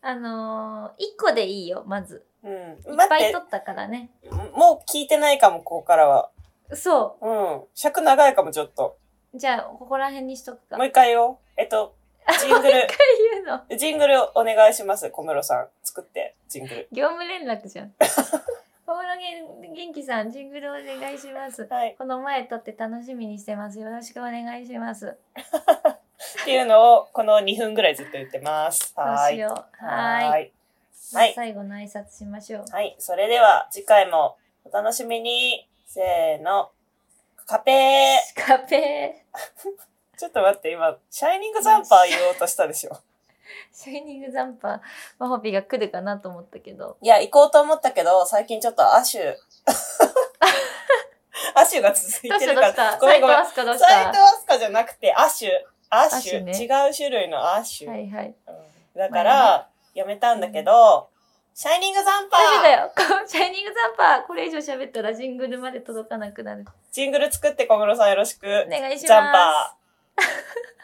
Speaker 1: あのー、一個でいいよ、まず。
Speaker 2: う
Speaker 1: い
Speaker 2: ん。
Speaker 1: っ
Speaker 2: 待
Speaker 1: ぱい
Speaker 2: って
Speaker 1: 取、ったからね。
Speaker 2: もう聞いてないかも、ここからは。
Speaker 1: そ
Speaker 2: うん。尺長いかも、ちょっと。
Speaker 1: う。じゃあ、ここら辺にしとくか。
Speaker 2: もう一回よ。えっと、ジング ル。
Speaker 1: 言うの。
Speaker 2: ジングルお願いします、小室さん。作って、ジングル。
Speaker 1: 業務連絡じゃん。小室元元気さん、ジングルお願いします。
Speaker 2: はい。
Speaker 1: この前撮って楽しみにしてます。よろしくお願いします。
Speaker 2: っていうのを、この2分ぐらいずっと言ってます。
Speaker 1: ど
Speaker 2: は
Speaker 1: う
Speaker 2: ー
Speaker 1: し
Speaker 2: い。
Speaker 1: よう。はーい。
Speaker 2: はーい。はい
Speaker 1: 最後の挨拶しましょう。
Speaker 2: はい。それでは、次回もお楽しみに。せーの。カペー。
Speaker 1: スカペ
Speaker 2: ちょっと待って、今、シャイニングザンパー言おうとしたでしょ。
Speaker 1: ー、シャイニングザンパー、マホピが来るかなと思ったけど。
Speaker 2: いや、行こうと思ったけど、最近ちょっとアシュ。アシュが続い
Speaker 1: どう
Speaker 2: て
Speaker 1: した
Speaker 2: る
Speaker 1: ど
Speaker 2: か
Speaker 1: うした
Speaker 2: ら。ごめんごめん。
Speaker 1: スカどうし
Speaker 2: サイ
Speaker 1: た
Speaker 2: トアスカじゃなくて、アシュ。アシュ。
Speaker 1: アシュ
Speaker 2: 違う種類のアシュ。
Speaker 1: はいはい。
Speaker 2: うんだから、やめたんだけど、シャイニングザンパ
Speaker 1: ダメ
Speaker 2: ー
Speaker 1: だよ。このシャイニングザンパー、これ以上喋ったらジングルまで届かなくなる。
Speaker 2: ジングル作って小室さんよろしく。
Speaker 1: お願いします。
Speaker 2: ジャンパー。